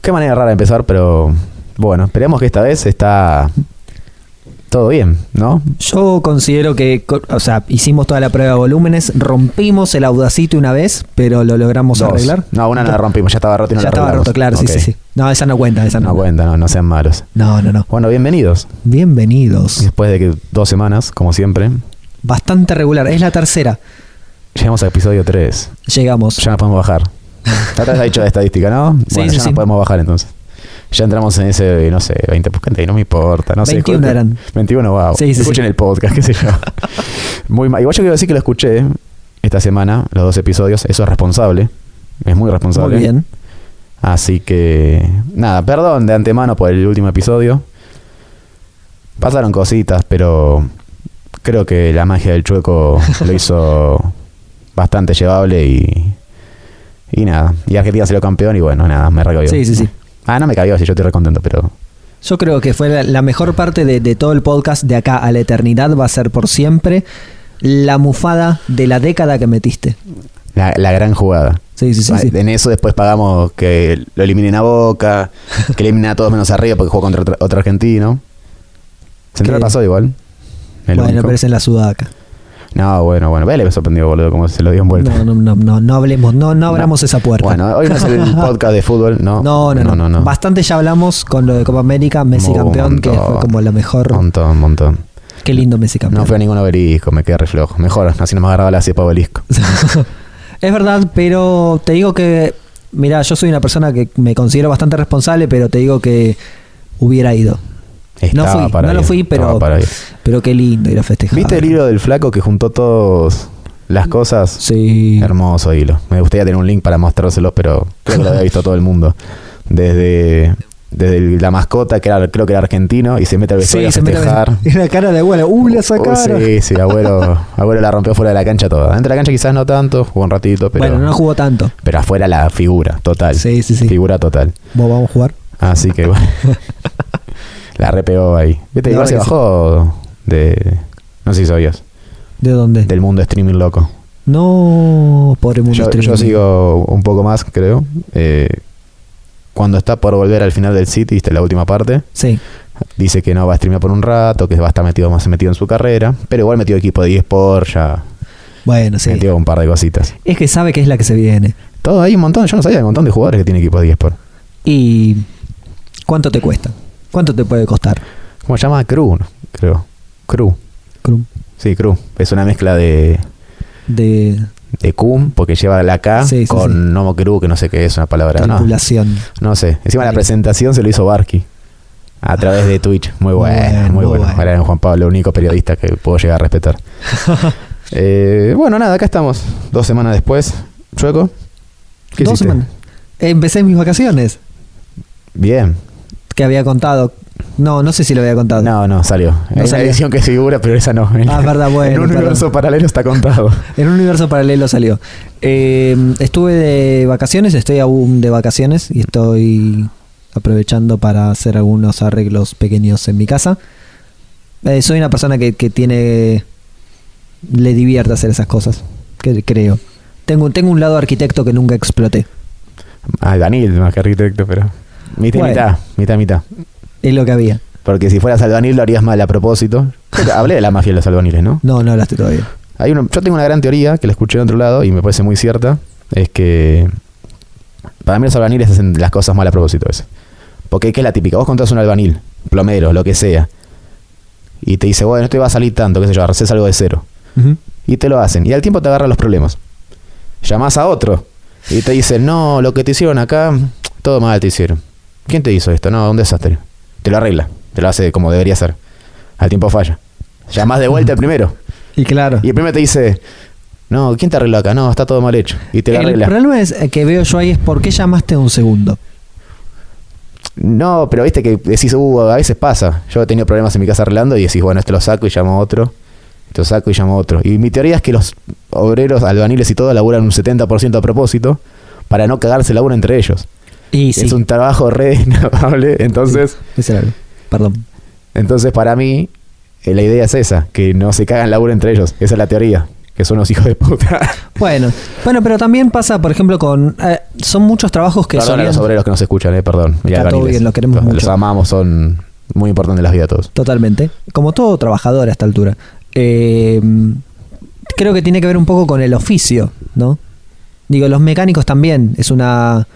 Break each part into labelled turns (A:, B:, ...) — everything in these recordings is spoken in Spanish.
A: Qué manera rara de empezar, pero bueno, esperemos que esta vez está todo bien, ¿no?
B: Yo considero que, co- o sea, hicimos toda la prueba de volúmenes, rompimos el audacito una vez, pero lo logramos
A: Dos.
B: arreglar.
A: No, una no la rompimos, ya estaba roto y no
B: ya
A: la
B: estaba
A: arreglamos.
B: roto, claro,
A: Ok.
B: sí, sí, sí. No, esa no cuenta, esa no.
A: No cuenta, no, no sean malos.
B: No, no, no.
A: Bueno, bienvenidos.
B: Bienvenidos.
A: Después de que dos semanas, como siempre,
B: Bastante regular, es la tercera.
A: llegamos al episodio 3.
B: Llegamos.
A: Ya nos podemos bajar. Ya te has dicho la estadística, ¿no?
B: Sí,
A: bueno,
B: sí,
A: ya
B: sí.
A: nos podemos bajar entonces. Ya entramos en ese, no sé, 20 y no me importa, no sé.
B: 21
A: joder.
B: eran.
A: 21, wow.
B: Sí, sí,
A: Escuchen
B: sí.
A: el podcast, qué sé yo. muy mal. Igual yo quiero decir que lo escuché esta semana, los dos episodios. Eso es responsable. Es muy responsable.
B: Muy bien.
A: Así que, nada, perdón de antemano por el último episodio. Pasaron cositas, pero creo que la magia del chueco lo hizo bastante llevable y, y nada. Y Argentina salió campeón y bueno, nada, me recabió.
B: Sí, sí, sí.
A: Ah, no me cabió, sí, yo estoy re contento, pero
B: Yo creo que fue la, la mejor parte de, de todo el podcast de acá a la eternidad, va a ser por siempre la mufada de la década que metiste.
A: la, la gran jugada.
B: Sí, sí, sí. sí.
A: En eso después pagamos que lo eliminen a Boca, que eliminen a todos menos arriba porque jugó contra otro, otro argentino. Central
B: Que-
A: pasó igual. El
B: Bueno,
A: único.
B: pero es en la sudaca.
A: No, bueno, bueno. Vele me sorprendió, boludo, cómo se lo dio en vuelta.
B: No, no, no, no, no hablemos, no, no abramos
A: No.
B: esa puerta.
A: Bueno, hoy no es el podcast de fútbol, ¿no?
B: no, no, no, Bastante ya hablamos con lo de Copa América, Messi
A: Hubo un
B: campeón, que
A: montón.
B: fue como lo mejor.
A: Montón, montón.
B: Qué lindo Messi campeón.
A: No fui a ningún obelisco, me quedé re flojo. Mejor, así no me agarraba la cepa obelisco.
B: es verdad, pero te digo que, mira, yo soy una persona que me considero bastante responsable, pero te digo que hubiera ido.
A: Estaba
B: no fui,
A: para
B: no lo
A: ir,
B: fui,
A: estaba
B: pero,
A: para ir.
B: pero qué lindo ir a festejar.
A: ¿Viste el hilo del flaco que juntó todas las cosas?
B: Sí.
A: Hermoso hilo. Me gustaría tener un link para mostrárselos, pero creo que lo había visto todo el mundo. Desde, desde el- la mascota, que era, creo que era argentino, y se mete al vestuario
B: Sí, se
A: a
B: mete
A: festejar.
B: en la cara de abuela. ¡Uh, la
A: Uh,
B: sacaron!
A: sí, sí, abuelo, abuelo la rompió fuera de la cancha toda. Dentro de la cancha quizás no tanto, jugó un ratito, pero,
B: Bueno, no jugó tanto.
A: pero afuera la figura total.
B: Sí, sí, sí.
A: Figura total.
B: ¿Vos vamos a jugar?
A: Así que bueno. la repegó ahí. Viste,
B: La
A: igual
B: verdad
A: se
B: que sí.
A: bajó de. No sé si sabías.
B: ¿De dónde?
A: Del mundo streaming loco.
B: No, pobre mundo
A: Yo, yo
B: streaming.
A: sigo un poco más, creo. Eh, cuando está por volver al final del City, viste la última parte,
B: Sí.
A: dice que no va a streamear por un rato, que va a estar metido más metido en su carrera, pero igual metió equipo de eSport, ya
B: Bueno, sí.
A: metió un par de cositas.
B: Es que sabe que es la que se viene.
A: Todo hay un montón, yo no sabía, hay un montón de jugadores que tiene equipo de eSport.
B: ¿Y cuánto te cuesta? ¿Cuánto te puede costar?
A: ¿Cómo se llama? Crew, ¿no? creo. Crew.
B: Crum.
A: Sí, Crew. Es una mezcla de,
B: De
A: de cum, porque lleva la K
B: Sí, sí,
A: con
B: sí.
A: Nomo Crew, que no sé qué es una palabra. No,
B: tripulación.
A: no sé. Encima la presentación se lo hizo Barky. A través de Twitch. Muy
B: Muy
A: bueno,
B: bueno,
A: muy
B: muy
A: bueno.
B: bueno.
A: Era en Juan Pablo, el único periodista que puedo llegar a respetar. Eh, bueno, nada, acá estamos. Dos semanas después. Chueco. ¿Qué
B: Dos
A: hiciste?
B: semanas. Empecé mis vacaciones,
A: Bien.
B: que había contado. No, no sé si lo había contado.
A: No, no, salió.
B: No
A: Hay una
B: salió.
A: edición que figura, pero esa no. En-
B: Ah, es verdad, bueno,
A: En un
B: perdón.
A: universo paralelo está contado.
B: En un universo paralelo salió. Eh, estuve de vacaciones, estoy aún de vacaciones y estoy aprovechando para hacer algunos arreglos pequeños en mi casa. Eh, soy una persona que, que tiene... Le divierte hacer esas cosas, que, creo. Tengo, tengo un lado arquitecto que nunca exploté.
A: Ah, Daniel, más que arquitecto, pero. Mitad, y
B: Bueno.
A: mitad, mitad, y mitad.
B: Es lo que había.
A: Porque si fueras albanil lo harías mal a propósito. Creo que Hablé de la magia de los albaniles, ¿no?
B: No, no hablaste todavía.
A: Hay una- yo tengo una gran teoría que la escuché en otro lado y me parece muy cierta. Es que para mí los albaniles hacen las cosas mal a propósito. Eso. Porque ¿qué es la típica? Vos contratás un albanil, plomero, lo que sea. Y te dice, bueno, esto iba a salir tanto, qué sé yo, haces algo de cero. Y te lo hacen. Y al tiempo te agarran los problemas. Llamás a otro. Y te dicen, no, lo que te hicieron acá, todo mal te hicieron. ¿Quién te hizo esto? No, un desastre. Te lo arregla. Te lo hace como debería ser. Al tiempo falla. Llamás de vuelta al primero.
B: Y claro.
A: Y el primero te dice, no, ¿quién te arregló acá? No, está todo mal hecho. Y te lo
B: el
A: arregla.
B: problema es eh, que veo yo ahí es por qué llamaste un segundo.
A: No, pero viste que decís, uh, a veces pasa. Yo he tenido problemas en mi casa arreglando y decís, bueno, este lo saco y llamo a otro. Este lo saco y llamo a otro. Y mi teoría es que los obreros, albaniles y todo laburan un 70% a propósito para no cagarse la una entre ellos.
B: Y sí.
A: Es un trabajo re inagable. Entonces,
B: Ese era algo. Perdón.
A: entonces para mí, eh, la idea es esa, que no se cagan la una entre ellos. Esa es la teoría. que son unos hijos de puta.
B: Bueno, bueno, pero también pasa, por ejemplo, con. eh, son muchos trabajos que
A: Perdón a los
B: son.
A: obreros que nos escuchan, eh, perdón. Mirá,
B: Está todo
A: albañiles.
B: bien, lo queremos
A: Los-
B: mucho.
A: Los amamos, son muy importantes en las vidas de todos.
B: Totalmente. Como todo trabajador a esta altura. Eh, creo que tiene que ver un poco con el oficio, ¿no? Digo, los mecánicos también. Es una.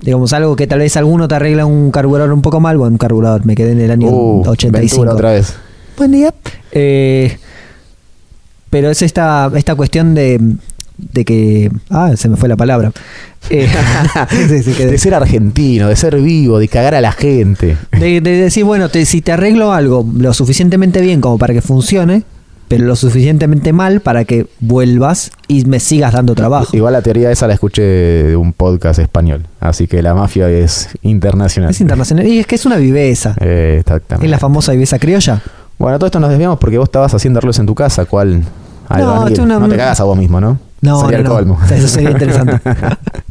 B: Digamos, algo que tal vez alguno te arregla un carburador un poco mal. Bueno, un carburador, me quedé en el año
A: Uh,
B: 85.
A: Ventura otra vez.
B: Buen día. Eh, pero es esta, esta cuestión de, de que. Ah, se me fue la palabra. Eh, sí, sí, que-
A: de ser argentino, de ser vivo, de cagar a la gente.
B: de, de decir, bueno, te- si te arreglo algo lo suficientemente bien como para que funcione, pero lo suficientemente mal para que vuelvas y me sigas dando trabajo.
A: Igual la teoría esa la escuché de un podcast español. Así que la mafia es internacional.
B: Es internacional. Y es que es una viveza.
A: Eh,
B: Es
A: exactamente.
B: la famosa viveza criolla.
A: Bueno, todo esto nos desviamos porque vos estabas haciendo arreglos en tu casa, ¿cuál? Albañil.
B: esto es una-
A: No te cagas a vos mismo, ¿no?
B: No,
A: Sería
B: no,
A: el
B: no.
A: colmo.
B: O sea, eso sería interesante.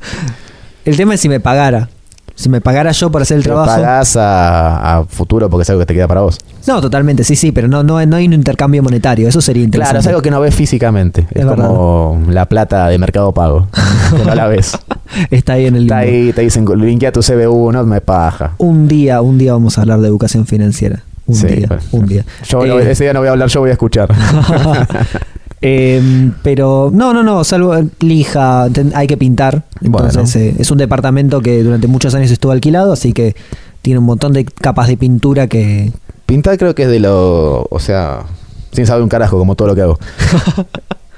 B: el tema es si me pagara. Si me pagara yo por hacer el
A: Te
B: trabajo.
A: pagás a, a futuro porque es algo que te queda para vos.
B: No, totalmente, sí, sí, pero no, no, no hay un intercambio monetario. Eso sería interesante.
A: Claro, es algo que no ves físicamente. Es,
B: Es
A: como la plata de mercado pago. que no la ves.
B: Está ahí en el
A: Está
B: limbo.
A: ahí, te dicen, linkea tu CBU, no me paja.
B: Un día, un día vamos a hablar de educación financiera. Un
A: Sí,
B: día,
A: bueno.
B: un día.
A: Yo no-
B: Eh,
A: ese día no voy a hablar, yo voy a escuchar.
B: Em, pero no, no, no, salvo eh, lija, ten- hay que pintar.
A: Bueno.
B: Entonces eh, es un departamento que durante muchos años estuvo alquilado, así que tiene un montón de capas de pintura que...
A: Pintar creo que es de lo. O sea, sin saber un carajo, como todo lo que hago.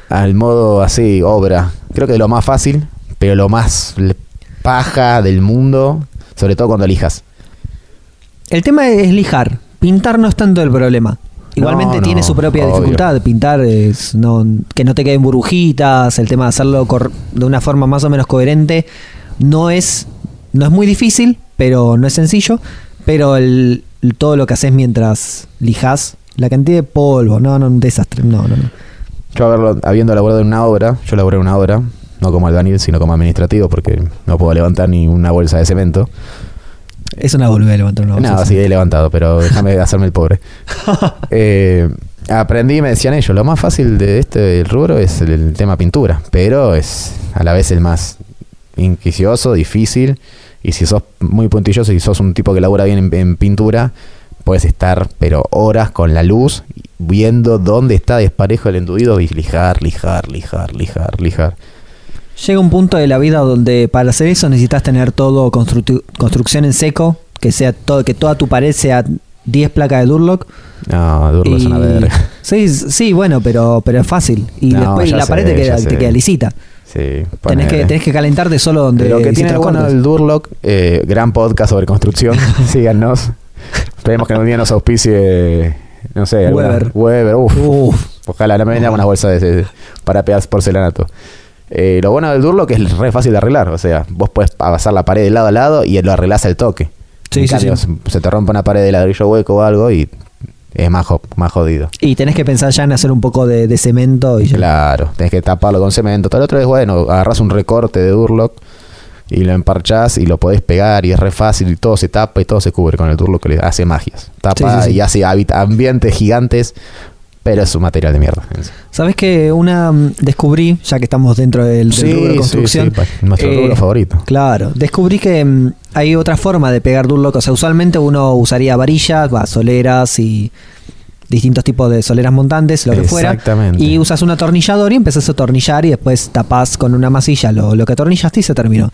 A: Al modo así, obra. Creo que es lo más fácil, pero lo más le- paja del mundo, sobre todo cuando elijas.
B: El tema es lijar, pintar no es tanto el problema. Igualmente
A: No,
B: tiene
A: no,
B: su propia
A: obvio.
B: dificultad, pintar es no, que no te queden burbujitas, el tema de hacerlo cor- de una forma más o menos coherente, no es, no es muy difícil, pero no es sencillo, pero el, el- todo lo que haces mientras lijas, la cantidad de polvo, no, no, un desastre, no, no, no.
A: Yo haberlo- habiendo laborado en una obra, yo laboré en una obra, no como albañil, sino como administrativo, porque no puedo levantar ni una bolsa de cemento.
B: Es una volver levantar una
A: No,
B: bolsa.
A: sí, he levantado, pero déjame hacerme el pobre. Eh, aprendí, me decían ellos, lo más fácil de este rubro es el, el tema pintura, pero es a la vez el más inquicioso, difícil, y si sos muy puntilloso y sos un tipo que labura bien en, en pintura, puedes estar, pero horas con la luz, viendo dónde está desparejo el enduido y lijar, lijar, lijar, lijar, lijar.
B: Llega un punto de la vida donde para hacer eso necesitas tener todo constructu- construcción en seco, que sea todo, que toda tu pared sea 10 placas de Durlock.
A: No, duro es una
B: Y-
A: verga.
B: Sí, sí, bueno, pero, pero es fácil. Y
A: No,
B: después
A: ya
B: la
A: sé,
B: pared te queda,
A: ya sé.
B: te queda lisita.
A: Sí,
B: Tenés que,
A: ponele.
B: tenés que calentarte solo donde
A: Lo que
B: hiciste
A: tiene de
B: los
A: bueno
B: cortes.
A: el Durlock, eh, gran podcast sobre construcción, síganos. Esperemos que algún día nos auspicie, no sé, alguna-
B: Weber.
A: Weber, uf.
B: Uf.
A: Ojalá no me vendan una bolsa de, de- para pegar porcelanato. Eh, lo bueno del Durlock es re fácil de arreglar, o sea, vos puedes pasar la pared de lado a lado y lo arreglás al toque.
B: Sí,
A: En
B: sí,
A: cambio,
B: sí.
A: se te rompe una pared de ladrillo hueco o algo y es más, jo- más jodido.
B: Y tenés que pensar ya en hacer un poco de, de cemento y ya.
A: Claro, tenés que taparlo con cemento. Tal otro es bueno, agarras un recorte de Durlock y lo emparchás y lo podés pegar y es re fácil y todo se tapa y todo se cubre con el Durlock que le hace magias. Tapa
B: Sí, sí, sí.
A: y hace habit- ambientes gigantes, pero es un material de mierda.
B: ¿Sabés que una mm, descubrí, ya que estamos dentro del, del
A: Sí,
B: rubro de
A: sí,
B: construcción? eh,
A: sí, pa- nuestro rubro favorito.
B: Claro, descubrí que mm, hay otra forma de pegar Durlock. O sea, usualmente uno usaría varillas, va, soleras y distintos tipos de soleras montantes, lo que fuera.
A: Exactamente.
B: Y usas un atornillador y empezás a atornillar y después tapás con una masilla lo, lo que atornillaste y se terminó.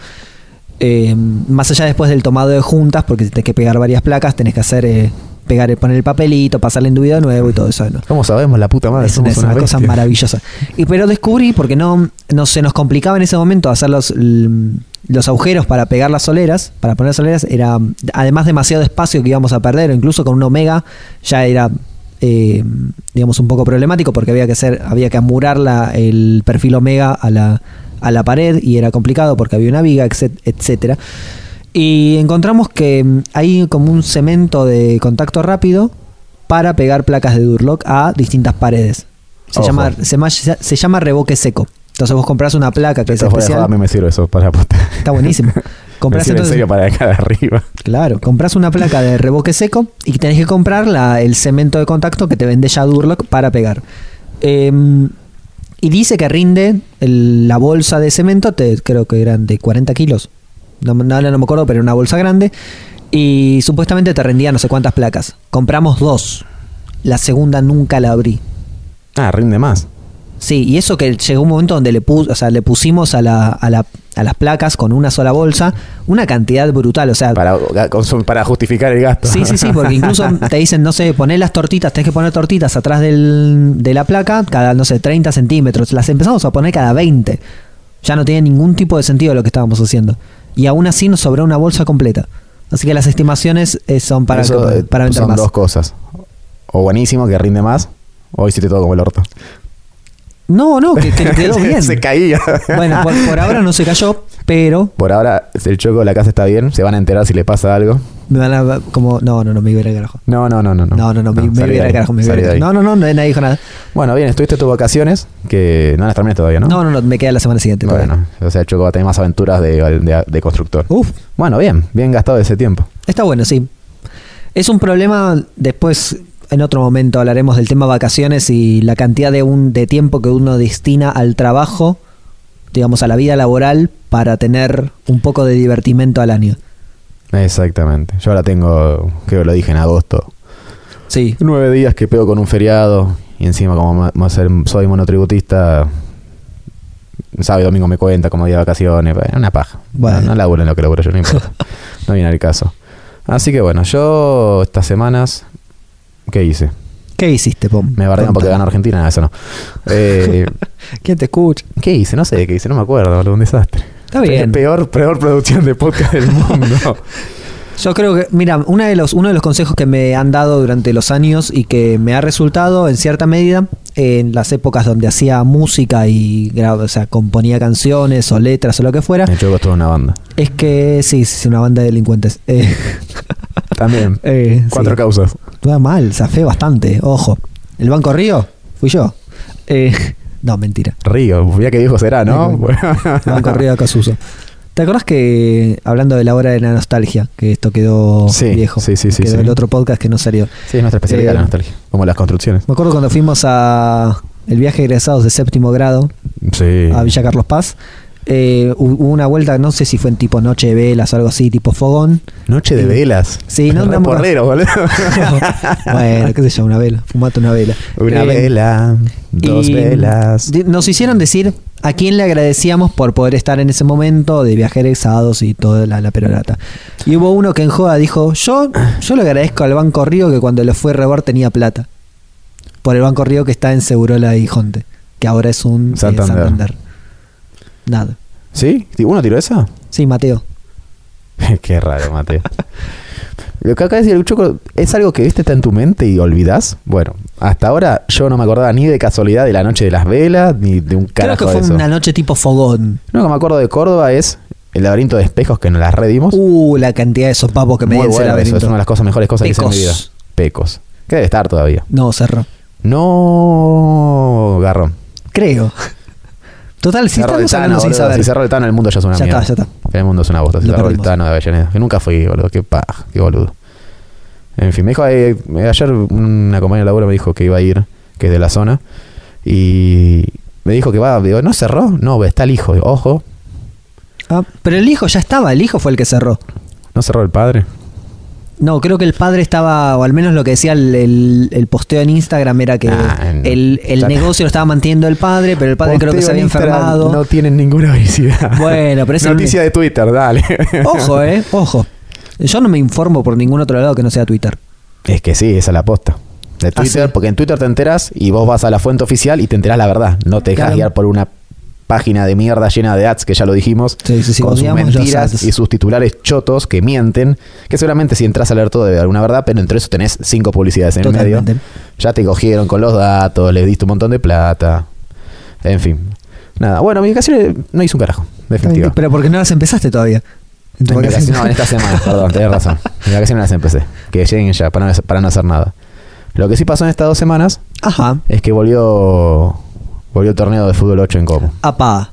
B: Eh, más allá después del tomado de juntas, porque si tenés que pegar varias placas, tenés que hacer eh, pegar, poner el papelito, pasar el enduido nuevo y todo eso. ¿no?
A: ¿Cómo sabemos la puta madre?
B: Es una,
A: Ah, Somos
B: es una cosa
A: bestia.
B: maravillosa. Y pero descubrí, porque no, no se nos complicaba en ese momento hacer los, l- los agujeros para pegar las soleras, para poner las soleras, era mm, además demasiado espacio que íbamos a perder, o incluso con un omega ya era eh, digamos un poco problemático porque había que hacer, había que amurar la- el perfil omega a la, a la pared y era complicado porque había una viga, etc- etcétera. Y encontramos que mm, hay como un cemento de contacto rápido para pegar placas de Durlock a distintas paredes. Se,
A: Ojo.
B: llama, se, ma- se llama revoque seco. Entonces vos compras una placa que es
A: Esto fuera de joda, a mí
B: especial.
A: me sirve eso para la puta.
B: Está buenísimo.
A: Me
B: Compras
A: sirve en
B: entonces-
A: serio para acá de arriba.
B: Claro, compras una placa de revoque seco y tenés que comprar la- el cemento de contacto que te vende ya Durlock para pegar. Em, Y dice que rinde el- la bolsa de cemento, te, creo que eran de 40 kilos. No, me- no, no me acuerdo, pero era una bolsa grande. Y supuestamente te rendía no sé cuántas placas. Compramos dos. La segunda nunca la abrí.
A: Ah, rinde más.
B: Sí, y eso que llegó un momento donde le, pus- o sea, le pusimos a, la, a, la- a las placas con una sola bolsa una cantidad brutal. O sea,
A: Para, consum- para justificar el gasto.
B: Sí, sí, sí, porque incluso te dicen, no sé, poner las tortitas, tenés que poner tortitas atrás del- de la placa cada, no sé, 30 centímetros. Las empezamos a poner cada 20. Ya no tiene ningún tipo de sentido lo que estábamos haciendo. Y aún así nos sobró una bolsa completa. Así que las estimaciones eh, son para,
A: Eso,
B: que-
A: eh,
B: para vender
A: son
B: más.
A: dos cosas. O buenísimo, que rinde más. O hiciste todo como el orto.
B: No, no, que, que quedó bien.
A: se caía.
B: Bueno, pues- por, por ahora no se cayó, pero
A: Por ahora, el choco de la casa está bien. Se van a enterar si le pasa algo.
B: me van a como no, no, no me iba a ir al carajo.
A: No, no, no, no. No,
B: No, no, no, me, me iba a
A: salí
B: ir
A: de
B: al
A: ahí,
B: carajo, me iba a
A: salí
B: ir al
A: de ahí.
B: carajo. No, no, no, nadie dijo nada.
A: Bueno, bien, estuviste tus vacaciones, que no las terminas todavía, ¿no?
B: No, no, no, me queda la semana siguiente. por ahí.
A: Bueno, o sea, el Choco va a tener más aventuras de, de- de constructor.
B: Uf,
A: Bueno, bien, bien gastado ese tiempo.
B: Está bueno, sí. Es un problema, después en otro momento hablaremos del tema vacaciones y la cantidad de, un, de tiempo que uno destina al trabajo, digamos a la vida laboral, para tener un poco de divertimento al año.
A: Exactamente. Yo ahora tengo, creo que lo dije en agosto,
B: Sí.
A: nueve días que pego con un feriado y encima como ma- ma- ser- soy monotributista, sábado y domingo me cuenta como día de vacaciones, bueno, una paja.
B: Bueno.
A: No, no laburo en lo que laburo yo, no importa. no viene al caso. Así que bueno, yo estas semanas, ¿qué hice?
B: ¿Qué hiciste, Pom?
A: Me bardean porque ganó
B: Contame.
A: Argentina, no, eso no. Eh,
B: ¿Quién te escucha?
A: ¿Qué hice? No sé qué hice, no me acuerdo, boludo, un desastre.
B: Está bien.
A: Peor, peor producción de podcast del mundo.
B: Yo creo que, mira, una de los, uno de los consejos que me han dado durante los años y que me ha resultado en cierta medida en las épocas donde hacía música y gra- o sea, componía canciones o letras o lo que fuera,
A: El juego estuvo en una banda.
B: es que sí, sí, sí, una banda de delincuentes. Eh,
A: También.
B: eh,
A: Cuatro
B: sí.
A: causas.
B: Estuve mal, zafé bastante, ojo. ¿El Banco Río? Fui yo. Eh, no, mentira.
A: Río, ya que dijo será, ¿no? Bueno.
B: El Banco Río de Casuso. ¿Te acordás que, hablando de la hora de la nostalgia, que esto quedó
A: Sí,
B: viejo?
A: sí, sí, sí,
B: Quedó
A: sí.
B: el otro podcast que no salió.
A: Sí, es nuestra especialidad
B: Eh,
A: la nostalgia. Como las construcciones.
B: Me acuerdo cuando fuimos a el viaje de egresados de séptimo grado
A: Sí.
B: a Villa Carlos Paz. eh, hu- hubo una vuelta, no sé si fue en tipo noche de velas o algo así, tipo fogón.
A: Noche de
B: Sí.
A: velas.
B: Sí, no, no, no.
A: Porrero, boludo.
B: bueno, qué sé yo, una vela. Fumate una vela.
A: Una
B: Eh,
A: vela, dos
B: y
A: velas.
B: di- Nos hicieron decir a quién le agradecíamos por poder estar en ese momento de viaje de egresados y toda la, la perorata. Y hubo uno que en joda dijo, yo, yo le agradezco al Banco Río que cuando lo fue a robar tenía plata. Por el Banco Río que está en Segurola y Jonte, que ahora es un eh,
A: Santander.
B: Nada.
A: ¿Sí? ¿Uno tiró esa?
B: Sí, Mateo.
A: Qué raro, Mateo. Lo que acaba de decir el Choco es algo que viste está en tu mente y olvidás. Bueno, hasta ahora yo no me acordaba ni de casualidad de la noche de las velas, ni de un carajo
B: Creo que fue
A: de eso.
B: una noche tipo fogón.
A: Lo que me acuerdo de Córdoba es el laberinto de espejos que nos las redimos.
B: Uh, la cantidad de sopapos que me
A: Muy
B: dieron ese
A: bueno, eso es
B: laberinto.
A: una de las cosas mejores cosas que hice en mi vida.
B: Pecos.
A: Pecos. Que debe estar todavía.
B: No, cerró.
A: No, garrón.
B: Creo. Total, si
A: Cerro del
B: estamos hablando
A: Tano,
B: sin
A: boludo.
B: saber.
A: Si cerró el Tano, el mundo ya es una
B: Ya
A: mierda.
B: está, ya
A: El mundo es una bosta. Si
B: Lo
A: cerró el
B: perdimos.
A: Tano de Avellaneda. Que nunca fui, boludo. Qué paja, qué boludo. En fin, me dijo eh, ayer una compañera de laburo me dijo que iba a ir, que es de la zona. Y me dijo que va. Digo, ¿no cerró? No, está el hijo. Digo, Ojo,
B: Ah, pero el hijo ya estaba, el hijo fue el que cerró.
A: ¿no cerró el padre?
B: No, creo que el padre estaba, o al menos lo que decía el, el- el posteo en Instagram era que
A: Ah, no.
B: el, el
A: Ya-
B: negocio lo estaba manteniendo el padre, pero el padre creo que se
A: Posteo en
B: había
A: Instagram,
B: enfermado.
A: No tienen ninguna veracidad.
B: Bueno, pero es el
A: Noticia de Twitter, dale.
B: Ojo, eh, ojo. Yo no me informo por ningún otro lado que no sea Twitter.
A: Es que sí, esa es la posta. De
B: Ah,
A: Twitter,
B: sí.
A: porque en Twitter te enteras y vos vas a la fuente oficial y te enterás la verdad. No te dejas
B: Claro.
A: guiar por una página de mierda llena de ads, que ya lo dijimos,
B: Sí, sí, sí,
A: con sus
B: odiamos los ads.
A: mentiras y sus titulares chotos que mienten, que seguramente si entras a leer todo debe haber una verdad, pero entre eso tenés cinco publicidades en el
B: Totalmente.
A: medio. Ya te cogieron con los datos, les diste un montón de plata. En fin. Nada, bueno, mi vacaciones no hizo un carajo, definitiva.
B: Pero porque no las empezaste todavía. En tu
A: En
B: vacación.
A: vacaciones- No, en esta semana, perdón, tenés razón. En vacaciones las empecé. Que lleguen ya, para no, para no hacer nada. Lo que sí pasó en estas dos semanas
B: Ajá.
A: es que volvió volvió el torneo de fútbol 8 en Como.
B: Apa,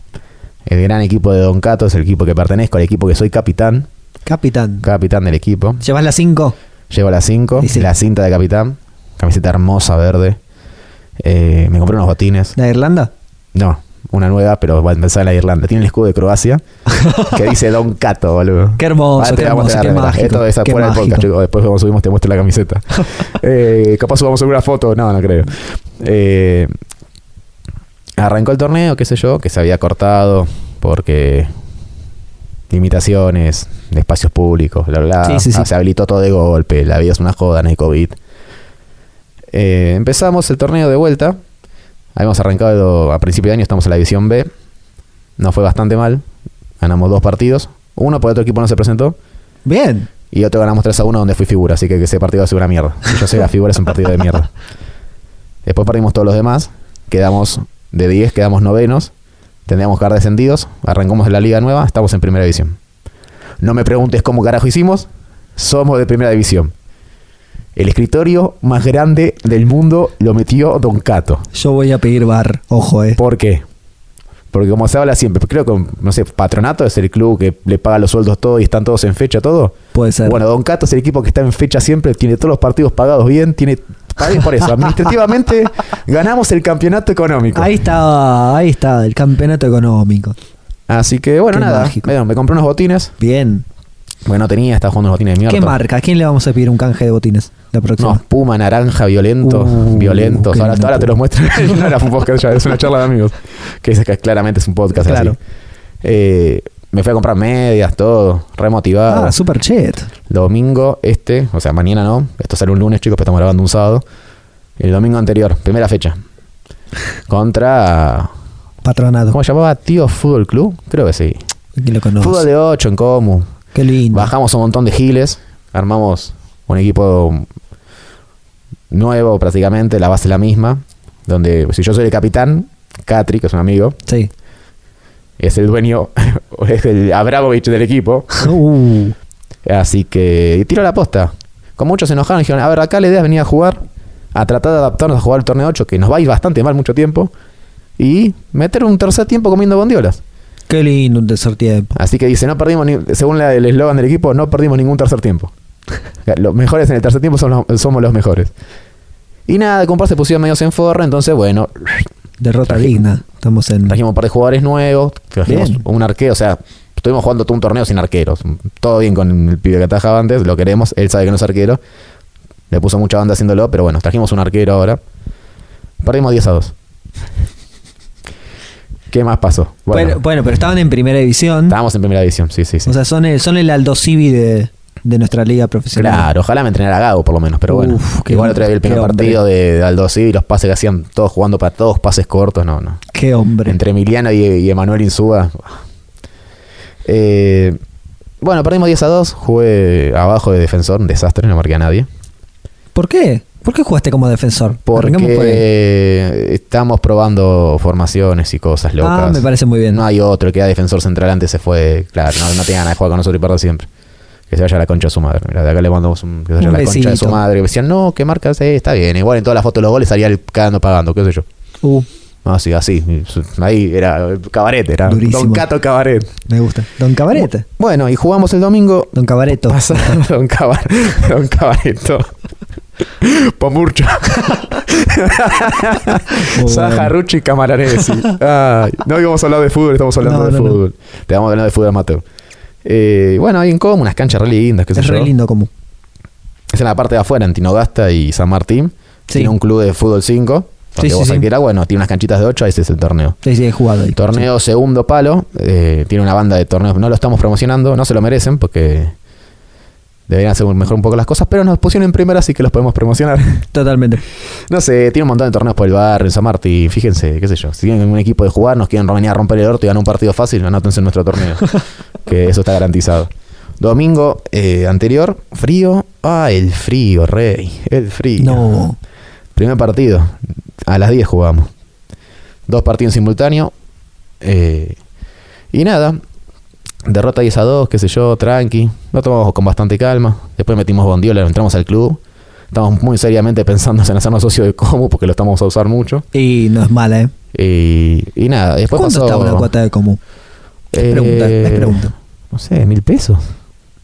A: El gran equipo de Don Cato es el equipo que pertenezco, al equipo que soy capitán.
B: capitán.
A: Capitán del equipo.
B: ¿Llevas las 5?
A: Llevo la 5,
B: Y sí.
A: la cinta de capitán. Camiseta hermosa verde. Eh, me compré unos botines.
B: ¿La de Irlanda?
A: No, una nueva, pero va a empezar en la de Irlanda. Tiene el escudo de Croacia que dice Don Cato, boludo.
B: Qué hermoso,
A: Ahora te
B: qué
A: la vamos a mostrar,
B: hermoso, qué
A: ¿verdad?
B: mágico.
A: Esto está
B: qué
A: fuera del podcast,
B: mágico.
A: chicos. Después cuando subimos te muestro la camiseta. Eh, capaz subamos alguna foto. No, no creo. Eh, arrancó el torneo, qué sé yo, que se había cortado porque limitaciones de espacios públicos, bla, bla.
B: Sí, sí, sí.
A: Ah, Se habilitó todo de golpe. La vida es una joda, no hay COVID. Eh, empezamos el torneo de vuelta. Habíamos arrancado a principio de año, estamos en la división B. Nos fue bastante mal. Ganamos dos partidos. Uno por otro equipo no se presentó.
B: Bien.
A: Y otro ganamos 3 a 1 donde fui figura, así que ese partido va a ser una mierda. Si yo soy la figura, es un partido de mierda. Después perdimos todos los demás. Quedamos de 10, quedamos novenos. Tendríamos que haber descendidos. Arrancamos la liga nueva, estamos en primera división. No me preguntes cómo carajo hicimos. Somos de primera división. El escritorio más grande del mundo lo metió Don Cato.
B: Yo voy a pedir bar, ojo, eh.
A: ¿Por qué? Porque como se habla siempre, creo que, no sé, Patronato es el club que le paga los sueldos todo y están todos en fecha, todo.
B: Puede ser.
A: Bueno, Don Cato es el equipo que está en fecha siempre, tiene todos los partidos pagados bien, tiene... paguen por eso, administrativamente ganamos el campeonato económico.
B: ahí está, ahí está, el campeonato económico.
A: Así que, bueno,
B: Qué
A: nada.
B: mágico.
A: Bueno, me compré unos botines,
B: Bien.
A: porque no tenía, estaba jugando unos botines de mierda.
B: ¿Qué marca? ¿A quién le vamos a pedir un canje de botines la
A: No,
B: próxima?
A: puma, naranja, violentos,
B: Uh,
A: violentos.
B: qué
A: Ahora,
B: lindo.
A: ahora te los muestro. no era un podcast ya, es una charla de amigos. Que dices que claramente es un podcast
B: Claro.
A: así. Eh, me fui a comprar medias, todo, remotivado.
B: Ah, super chet.
A: domingo este, o sea, mañana no. Esto sale un lunes, chicos, pero estamos grabando un sábado. El domingo anterior, primera fecha. Contra.
B: Patronado.
A: ¿Cómo se llamaba? ¿Tío Fútbol Club? Creo que sí.
B: ¿Quién lo conoce?
A: Fútbol de 8 en Comu.
B: Qué lindo.
A: Bajamos un montón de giles, armamos un equipo nuevo prácticamente, la base es la misma, donde si yo soy el capitán, Catri, que es un amigo,
B: Sí.
A: es el dueño, o es el Abramovich del equipo,
B: Uh,
A: así que tiro la posta. Con muchos se enojaron y dijeron, a ver, acá la idea es venir a jugar, a tratar de adaptarnos a jugar el torneo 8, que nos va a ir bastante mal mucho tiempo, y meter un tercer tiempo comiendo bondiolas.
B: qué lindo un tercer tiempo.
A: Así que dice, no perdimos, ni- según la- el eslogan del equipo, no perdimos ningún tercer tiempo. los mejores en el tercer tiempo son los- somos los mejores. Y nada, Compar se pusieron medios en forra, entonces bueno,
B: Derrota digna. Estamos en.
A: trajimos un par de jugadores nuevos, trajimos
B: Bien.
A: un arquero, o sea, estuvimos jugando todo un torneo sin arqueros. Todo bien con el pibe que atajaba antes, lo queremos, él sabe que no es arquero. Le puso mucha banda haciéndolo, pero bueno, trajimos un arquero ahora. Perdimos 10 a 2. ¿Qué más pasó? Bueno,
B: Bueno, bueno, pero estaban en primera división.
A: estábamos en primera división, sí, sí, sí.
B: O sea, son el, son el Aldo Civi de, de nuestra liga profesional.
A: Claro, ojalá me entrenara Gago por lo menos, pero bueno.
B: Uf, qué
A: Igual
B: hombre,
A: otra vez el primer
B: qué hombre.
A: partido de, de Aldo Civi, los pases que hacían todos jugando para todos, pases cortos, no, no.
B: Qué hombre.
A: Entre Emiliano y, y Emanuel Insúa. Eh, bueno, perdimos 10 a 2, jugué abajo de defensor, un desastre, no marqué a nadie.
B: ¿Por qué? ¿Por qué jugaste como defensor? Arranquemos por ahí.
A: Porque estamos probando formaciones y cosas locas.
B: Ah, me parece muy bien.
A: No hay otro, el que era defensor central antes se fue, claro, no, no tenía ganas de jugar con nosotros y perder siempre. Que se vaya a la concha de su madre. Mira, de acá le mandamos un, que se vaya
B: Un
A: a la concha de su
B: besito.
A: madre. Y decían, no, ¿qué marca Sí, Está bien. Igual en todas las fotos de los goles salía el cagando pagando, qué sé yo.
B: Uh,
A: Así, así. Ahí era eh, cabaret, era
B: Durísimo.
A: Don Cato Cabaret.
B: me gusta. Don Cabarete.
A: Bueno, y jugamos el domingo.
B: Don Cabareto.
A: Pasa Don, Cabar Don Cabareto. Pomurcho.
B: Muy
A: Sajarruchi Camaranesi. Ay, no íbamos a hablar de fútbol, estamos hablando
B: No,
A: de
B: no, no.
A: fútbol. Te vamos a hablar de fútbol amateur. Eh, bueno, hay en común unas canchas re lindas, qué sé
B: Es
A: yo.
B: re lindo como.
A: Es en la parte de afuera, en Tinogasta y San Martín.
B: Sí.
A: Tiene un club de fútbol 5. Donde
B: Sí, sí,
A: vos
B: sí.
A: alquilas, bueno, tiene unas canchitas de 8, ese es el torneo.
B: Sí, sí, he jugado ahí.
A: El torneo segundo palo, eh, tiene una banda de torneos, no lo estamos promocionando, no se lo merecen porque deberían hacer mejor un poco las cosas, pero nos pusieron en primera, así que los podemos promocionar.
B: Sí, Totalmente.
A: No sé, tiene un montón de torneos por el barrio, en San Martín, fíjense, qué sé yo. Si tienen un equipo de jugar, nos quieren venir a romper el orto y ganar un partido fácil, anótense en nuestro torneo. que eso está garantizado. Domingo eh, anterior, frío. Ah, el frío, rey. El frío.
B: No.
A: Primer partido. A las 10 jugamos. Dos partidos simultáneos. y nada. Derrota 10 a 2, qué sé yo, tranqui. Lo tomamos con bastante calma. Después metimos bondiola, entramos al club. Estamos muy seriamente pensando en hacernos socios de Comu porque lo estamos a usar mucho.
B: Y no es mala, ¿eh?
A: Y, y nada, después
B: ¿Cuánto
A: pasó...
B: está una cuota de común? Es pregunta, es
A: eh,
B: pregunta.
A: No sé, mil pesos.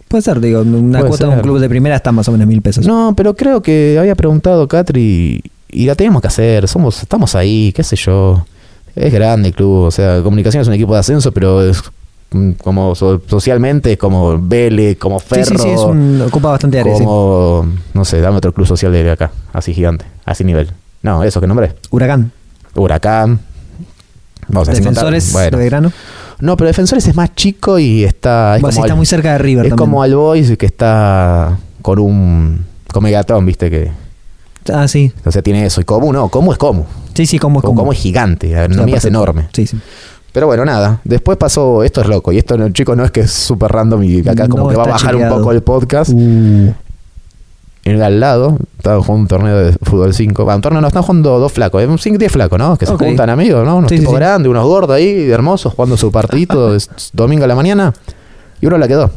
B: Puede ser, digo, una
A: Puede
B: cuota de un
A: ser.
B: club de primera está más o menos mil pesos.
A: No, pero creo que había preguntado Catri y la teníamos que hacer. Somos, estamos ahí, qué sé yo. Es grande el club, o sea, Comunicación es un equipo de ascenso, pero es mm, como so- socialmente es como Vélez, como Ferro,
B: sí, sí, sí, es un- ocupa bastante área. sí.
A: como, no sé, dame otro club social de acá, así gigante, así nivel. No, eso, ¿qué nombre?
B: Huracán.
A: Huracán. Vamos a
B: Defensores
A: encontrar-
B: de
A: bueno.
B: Belgrano.
A: No, pero Defensores es más chico y está... Es
B: Bueno, sí,
A: como
B: está
A: el-
B: muy cerca de River
A: es
B: también.
A: como al Boys que está con un. con Megatron, viste que.
B: Ah, sí.
A: O sea, tiene eso. Y Comu no, Comu es Comu.
B: Sí, sí, como,
A: Comu,
B: como.
A: Comu es gigante, la
B: Sí,
A: economía es
B: aparte-
A: enorme.
B: Sí, sí.
A: Pero bueno, nada. Después pasó. Esto es loco. Y esto, no, chicos, no es que es súper random y acá como
B: No,
A: que va a
B: está
A: bajar
B: chequeado.
A: un poco el podcast.
B: Uh,
A: En el al lado, estaba jugando un torneo de fútbol 5. Va, un torneo no, están jugando dos flacos. eh, Un 5 10 flacos, ¿no? Que se
B: Ok.
A: juntan amigos, ¿no? Unos
B: Sí, sí,
A: tipos
B: sí.
A: grandes, unos gordos ahí, hermosos, jugando su partidito es- domingo a la mañana. Y uno la quedó.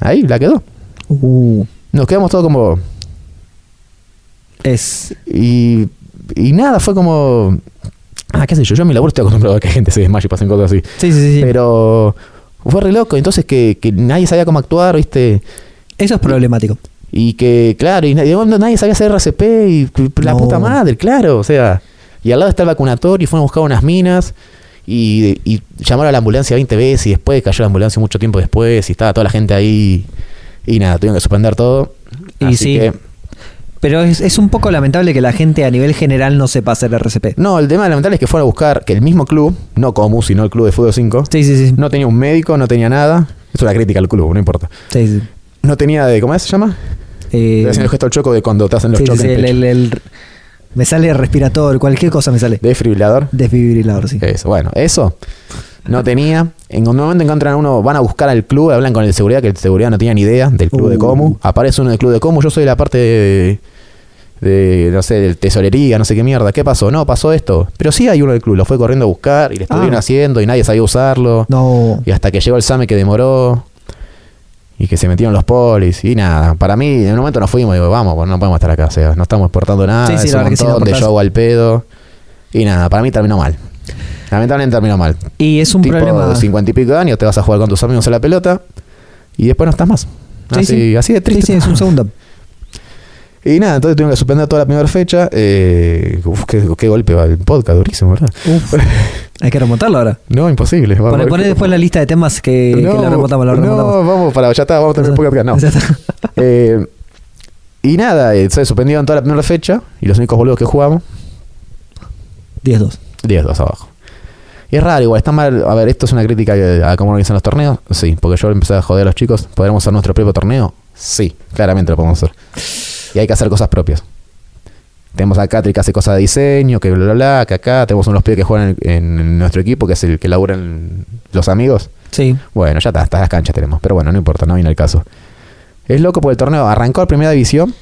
A: Ahí, la quedó.
B: uh.
A: Nos quedamos todos como.
B: Es.
A: Y, y nada, fue como. Ah, qué sé yo, yo en mi labor estoy acostumbrado a que gente se desmaye y pasen cosas así.
B: Sí, sí, sí. sí.
A: Pero fue re loco, entonces que, que nadie sabía cómo actuar, ¿viste?
B: Eso es problemático.
A: Y que, claro, y nadie, no, nadie sabía hacer RCP y p- la
B: No.
A: puta madre, claro, o sea. Y al lado está el vacunatorio y fueron a buscar unas minas y, y llamaron a la ambulancia 20 veces y después cayó la ambulancia mucho tiempo después y estaba toda la gente ahí y nada, tuvieron que suspender todo.
B: Y
A: Así
B: sí.
A: que-
B: Pero es, es un poco lamentable que la gente a nivel general no sepa hacer RCP.
A: No, el tema lamentable es que fueron a buscar que el mismo club, no Comu, sino el club de fútbol 5,
B: Sí, sí, sí.
A: no tenía un médico, no tenía nada. Es una crítica al club, no importa.
B: Sí, sí.
A: No tenía de, ¿cómo es? se llama?
B: Eh,
A: Te hacen el gesto al choco de cuando te hacen los
B: sí, sí,
A: choques.
B: sí,
A: en el
B: el-
A: pecho.
B: el- el- me sale respirador, cualquier cosa me sale.
A: Desfibrilador.
B: Desfibrilador, sí.
A: Eso, bueno, eso no tenía. En un momento encuentran a uno, van a buscar al club, hablan con el seguridad, que el seguridad no tenía ni idea del club de
B: Uh.
A: Comu. Aparece uno del club de Comu, yo soy la parte de, de, no sé, de tesorería, no sé qué mierda. ¿Qué pasó? No, pasó esto. Pero sí hay uno del club, lo fue corriendo a buscar y le estuvieron
B: Ah.
A: haciendo y nadie sabía usarlo.
B: No.
A: Y hasta que llegó el SAME que demoró. Y que se metieron los polis. Y nada, para mí, en un momento nos fuimos. Digo, vamos, pues, no podemos estar acá. O sea, no estamos exportando nada.
B: Sí, sí,
A: es
B: la
A: un
B: verdad que sí, no
A: montón de
B: aportás.
A: show al pedo. Y nada, para mí terminó mal. Lamentablemente terminó mal.
B: Y es un
A: tipo
B: problema.
A: de 50 y pico de años, te vas a jugar con tus amigos a la pelota. Y después no estás más.
B: Ah, Sí,
A: Así,
B: sí.
A: así de
B: Sí,
A: triste.
B: sí, es un segundo.
A: Y nada, entonces tuvimos que suspender toda la primera fecha. Eh, uf, qué, qué golpe va el podcast, durísimo, ¿verdad?
B: Uf. Hay que remontarlo ahora.
A: No, imposible. Vamos,
B: Poné,
A: vamos.
B: poné después la lista de temas Eh, que, que
A: No,
B: la remontamos, la remontamos.
A: No, vamos para, ya está, vamos a tener un podcast acá. No.
B: Ya está.
A: Eh, y nada, eh, se suspendieron toda la primera fecha y los únicos boludos que jugamos,
B: 10-2.
A: 10-2 abajo. Y es raro, igual, está mal. A ver, esto es una crítica que- a cómo organizan los torneos. Sí, porque yo empecé a joder a los chicos. ¿Podremos hacer nuestro propio torneo? Sí, claramente lo podemos hacer. Y hay que hacer cosas propias. Tenemos a Catri que hace cosas de diseño, que bla, bla, bla, que acá. Tenemos unos pibes que juegan en, en nuestro equipo, que es el que laburan los amigos.
B: Sí.
A: Bueno, ya está, hasta las canchas tenemos. Pero bueno, no importa, no viene el caso. Es loco porque el torneo arrancó la primera división.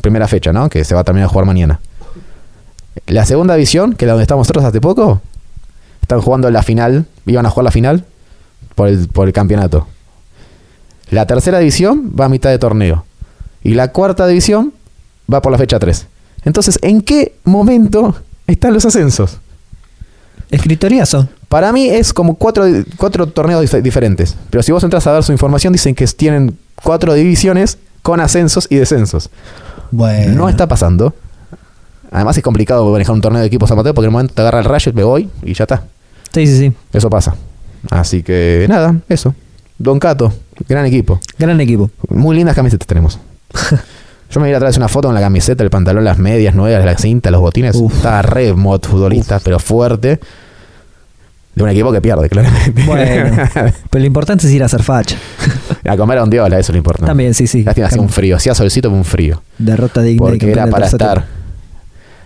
A: Primera fecha, ¿no? Que se va a terminar de jugar mañana. La segunda división, que es la donde estamos nosotros hace poco, están jugando la final. Iban a jugar la final por el, por el campeonato. La tercera división va a mitad de torneo. Y la cuarta división va por la fecha 3. Entonces, ¿en qué momento están los ascensos?
B: Escritoriazo.
A: Para mí es como cuatro, cuatro torneos dif- diferentes. Pero si vos entras a ver su información, dicen que tienen cuatro divisiones con ascensos y descensos.
B: Bueno.
A: No está pasando. Además es complicado manejar un torneo de equipos amateur porque en el momento te agarra el rayo y me voy y ya está.
B: Sí, sí, sí.
A: Eso pasa. Así que nada, eso. Don Cato, gran equipo.
B: Gran equipo.
A: Muy lindas camisetas tenemos. Yo me voy a ir a traer una foto con la camiseta, el pantalón, las medias nuevas, la cinta, los botines.
B: Uf.
A: Estaba re mod futbolista, pero fuerte. De un equipo que pierde, claramente.
B: Bueno. Pero lo importante es ir a hacer facha.
A: a comer a un diola, eso es lo importante.
B: También, sí, sí.
A: Lástima, hacía un
B: Cam-
A: frío. Hacía solcito, pero un frío.
B: Derrota digna y
A: Porque
B: campeón
A: era
B: del
A: para
B: tercer
A: estar.
B: tiempo.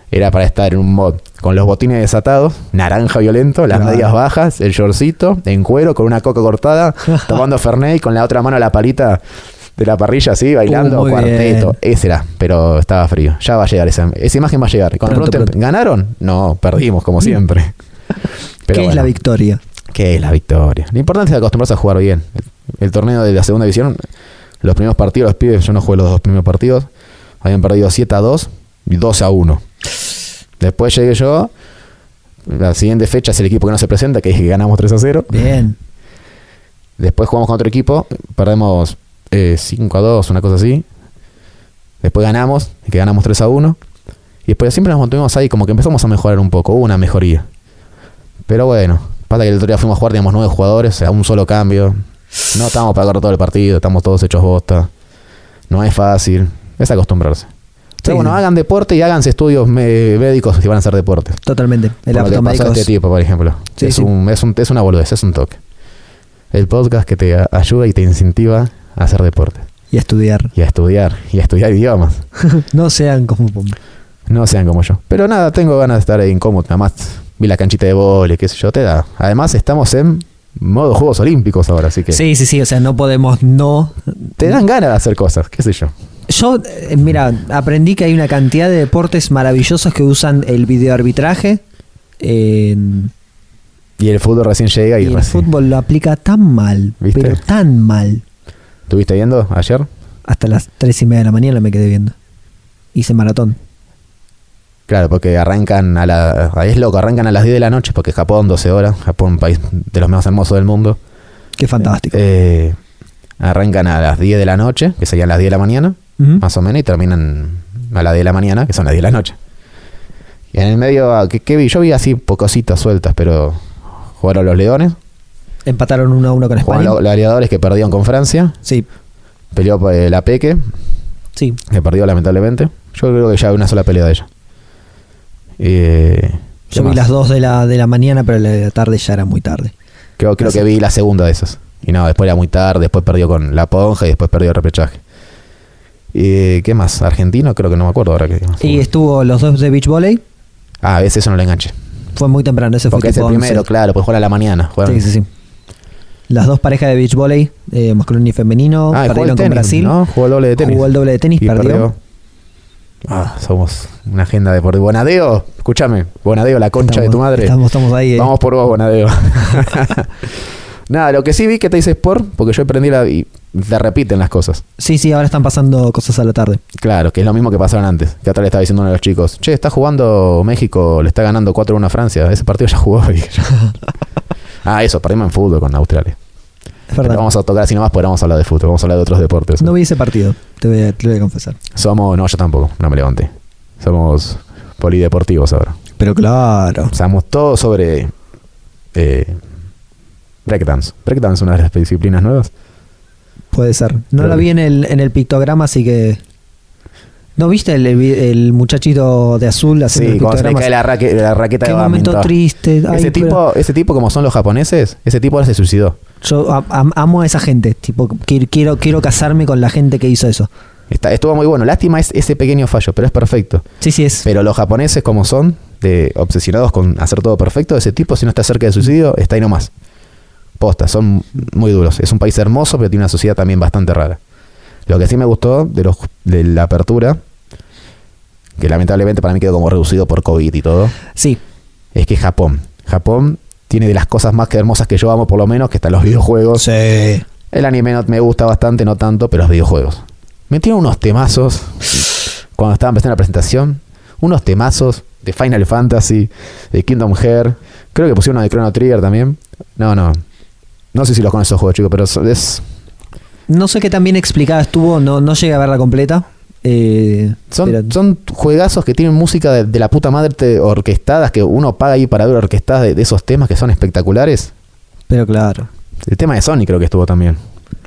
A: Era para estar en un mod con los botines desatados, naranja violento, las
B: Claro.
A: medias bajas, el shortcito, en cuero, con una coca cortada, tomando Fernet y con la otra mano la palita de la parrilla así, bailando,
B: Uh, muy
A: cuarteto. Ese era, pero estaba frío. Ya va a llegar esa, esa imagen, va a llegar. Y Cuando
B: Pronto,
A: pregunten,
B: pronto.
A: ¿ganaron? No, perdimos, como siempre.
B: ¿Qué
A: Pero
B: es la
A: bueno.
B: victoria?
A: ¿Qué es la victoria? Lo importante es acostumbrarse a jugar bien. El, el torneo de la segunda división, los primeros partidos, los pibes, yo no jugué los dos primeros partidos, habían perdido 7 a 2 y 12 a 1. Después llegué yo, la siguiente fecha es el equipo que no se presenta, que es que ganamos 3 a 0.
B: Bien.
A: Después jugamos con otro equipo, perdemos eh, 5 a 2, una cosa así. Después ganamos, que ganamos 3 a 1. Y Y después siempre nos mantuvimos ahí, como que empezamos a mejorar un poco, hubo una mejoría. Pero bueno, pasa que el otro día fuimos a jugar, digamos, nueve jugadores, o sea, un solo cambio. No estábamos para correr todo el partido, estamos todos hechos bosta. No es fácil, es acostumbrarse. Pero
B: Sí.
A: bueno, hagan deporte y háganse estudios me- médicos si van a hacer deporte.
B: Totalmente.
A: Por lo
B: El
A: que
B: apto
A: pasó a
B: médico
A: este
B: es-
A: tipo, por ejemplo.
B: Sí,
A: es,
B: sí.
A: Un, es, un- es una boludez, es un toque. El podcast que te a- ayuda y te incentiva a hacer deporte.
B: y estudiar.
A: Y a estudiar. Y a estudiar idiomas.
B: no sean como pom-
A: No sean como yo. Pero nada, tengo ganas de estar ahí incómodo. Nada más vi la canchita de vole, qué sé yo, te da. Además, estamos en modo Juegos Olímpicos ahora, así que
B: Sí, sí, sí, o sea, no podemos no.
A: te dan ganas de hacer cosas, qué sé yo.
B: Yo, eh, mira, aprendí que hay una cantidad de deportes maravillosos que usan el videoarbitraje. en-
A: Y el fútbol recién llega
B: y
A: y,
B: el
A: recién-
B: fútbol lo aplica tan mal,
A: ¿Viste?
B: pero tan mal.
A: ¿Estuviste viendo ayer?
B: Hasta las tres y media de la mañana me quedé viendo. Hice maratón.
A: Claro, porque arrancan a la... Es loco, arrancan a las 10 de la noche porque Japón, 12 horas. Japón, país de los más hermosos del mundo.
B: Qué fantástico.
A: Eh, arrancan a las 10 de la noche, que serían las 10 de la mañana,
B: Ujú.
A: más o menos, y terminan a las 10 de la mañana, que son las 10 de la noche. Y en el medio, ah, ¿qué, qué vi? Yo vi así pocositas sueltas, pero jugaron los Leones,
B: Empataron uno a uno con
A: jugaron
B: España.
A: lo- los Aliadores que perdieron con Francia,
B: Sí,
A: peleó por la Peque,
B: sí.
A: que perdió lamentablemente. Yo creo que ya una sola pelea de ella. Eh, ¿qué
B: Yo vi
A: más?
B: las dos de la, de la mañana, pero la de la tarde ya era muy tarde.
A: Creo, creo que vi la segunda de esas. Y no, después era muy tarde, después perdió con La Ponja y después perdió el repechaje. ¿Y qué más? ¿Argentino? Creo que no me acuerdo ahora. Que,
B: Y estuvo los dos de beach volley.
A: ah, a veces eso no lo enganché.
B: Fue muy temprano, ese
A: Porque
B: fue
A: es el
B: tipo once.
A: primero, claro, pues juega a la mañana. juegan-
B: Sí, sí, sí. Las dos parejas de beach volley, eh, masculino y
A: Ah,
B: femenino,
A: y jugó el
B: perdieron con
A: tenis,
B: Brasil.
A: ¿no? Jugó el doble de tenis.
B: Jugó el doble de tenis,
A: Y
B: perdió.
A: Ah, somos una agenda de por Bonadeo, escúchame, Bonadeo, la concha de tu
B: Estamos-
A: madre.
B: Estamos, estamos ahí. eh.
A: Vamos por vos, Bonadeo. Nada, lo que sí vi que te dice Sport, porque yo aprendí la, y te repiten las cosas.
B: Sí, sí, ahora están pasando cosas a la tarde.
A: Claro, que es lo mismo que pasaron antes. Que atrás le estaba diciendo uno de los chicos, che, está jugando México, le está ganando 4-1 a Francia. Ese partido ya jugó. hoy". ah, eso, perdimos en fútbol con Australia.
B: Es
A: Pero
B: verdad.
A: vamos a tocar así nomás, pero vamos a hablar de fútbol, vamos a hablar de otros deportes.
B: No vi ese partido, te voy a, te lo voy a confesar.
A: Somos, no, yo tampoco, no me levanté. Somos polideportivos ahora.
B: Pero claro.
A: Sabemos todo sobre eh, breakdance. Breakdance es una de las disciplinas nuevas.
B: Puede ser. No
A: Claro.
B: la vi en el, en el pictograma, así que. ¿No viste el, el vi- el muchachito de azul haciendo
A: Sí,
B: el
A: cuando se le
B: pictograma?
A: cae la, raque- la raqueta
B: Qué
A: de
B: momento
A: badminton.
B: triste. Ay,
A: Ese
B: pero-
A: tipo, ese tipo, como son los japoneses, ese tipo ahora se suicidó.
B: Yo a- am- amo a esa gente. Tipo, qui- quiero, quiero casarme con la gente que hizo eso.
A: Está, estuvo muy bueno. Lástima es ese pequeño fallo, pero es perfecto.
B: Sí, sí, es.
A: Pero los japoneses, como son, de, obsesionados con hacer todo perfecto, ese tipo, si no está cerca del suicidio, está ahí nomás. Posta, son muy duros. Es un país hermoso, pero tiene una sociedad también bastante rara. Lo que sí me gustó de, los, de la apertura, que lamentablemente para mí quedó como reducido por COVID y todo,
B: Sí.
A: es que Japón. Japón tiene de las cosas más que hermosas que yo amo, por lo menos, que están los videojuegos.
B: Sí.
A: El anime no- me gusta bastante, no tanto, pero los videojuegos. Metieron unos temazos cuando estaba empezando la presentación. Unos temazos de Final Fantasy, de Kingdom Hearts. Creo que pusieron uno de Chrono Trigger también. No, no. No sé si los con esos juegos, chicos, pero es- es-
B: No sé qué tan bien explicada estuvo. No, no llegué a verla completa. Eh,
A: son,
B: pero-
A: son juegazos que tienen música de, de la puta madre te- orquestadas, que uno paga ahí para ver orquestadas de, de esos temas que son espectaculares.
B: pero claro.
A: El tema de Sony creo que estuvo también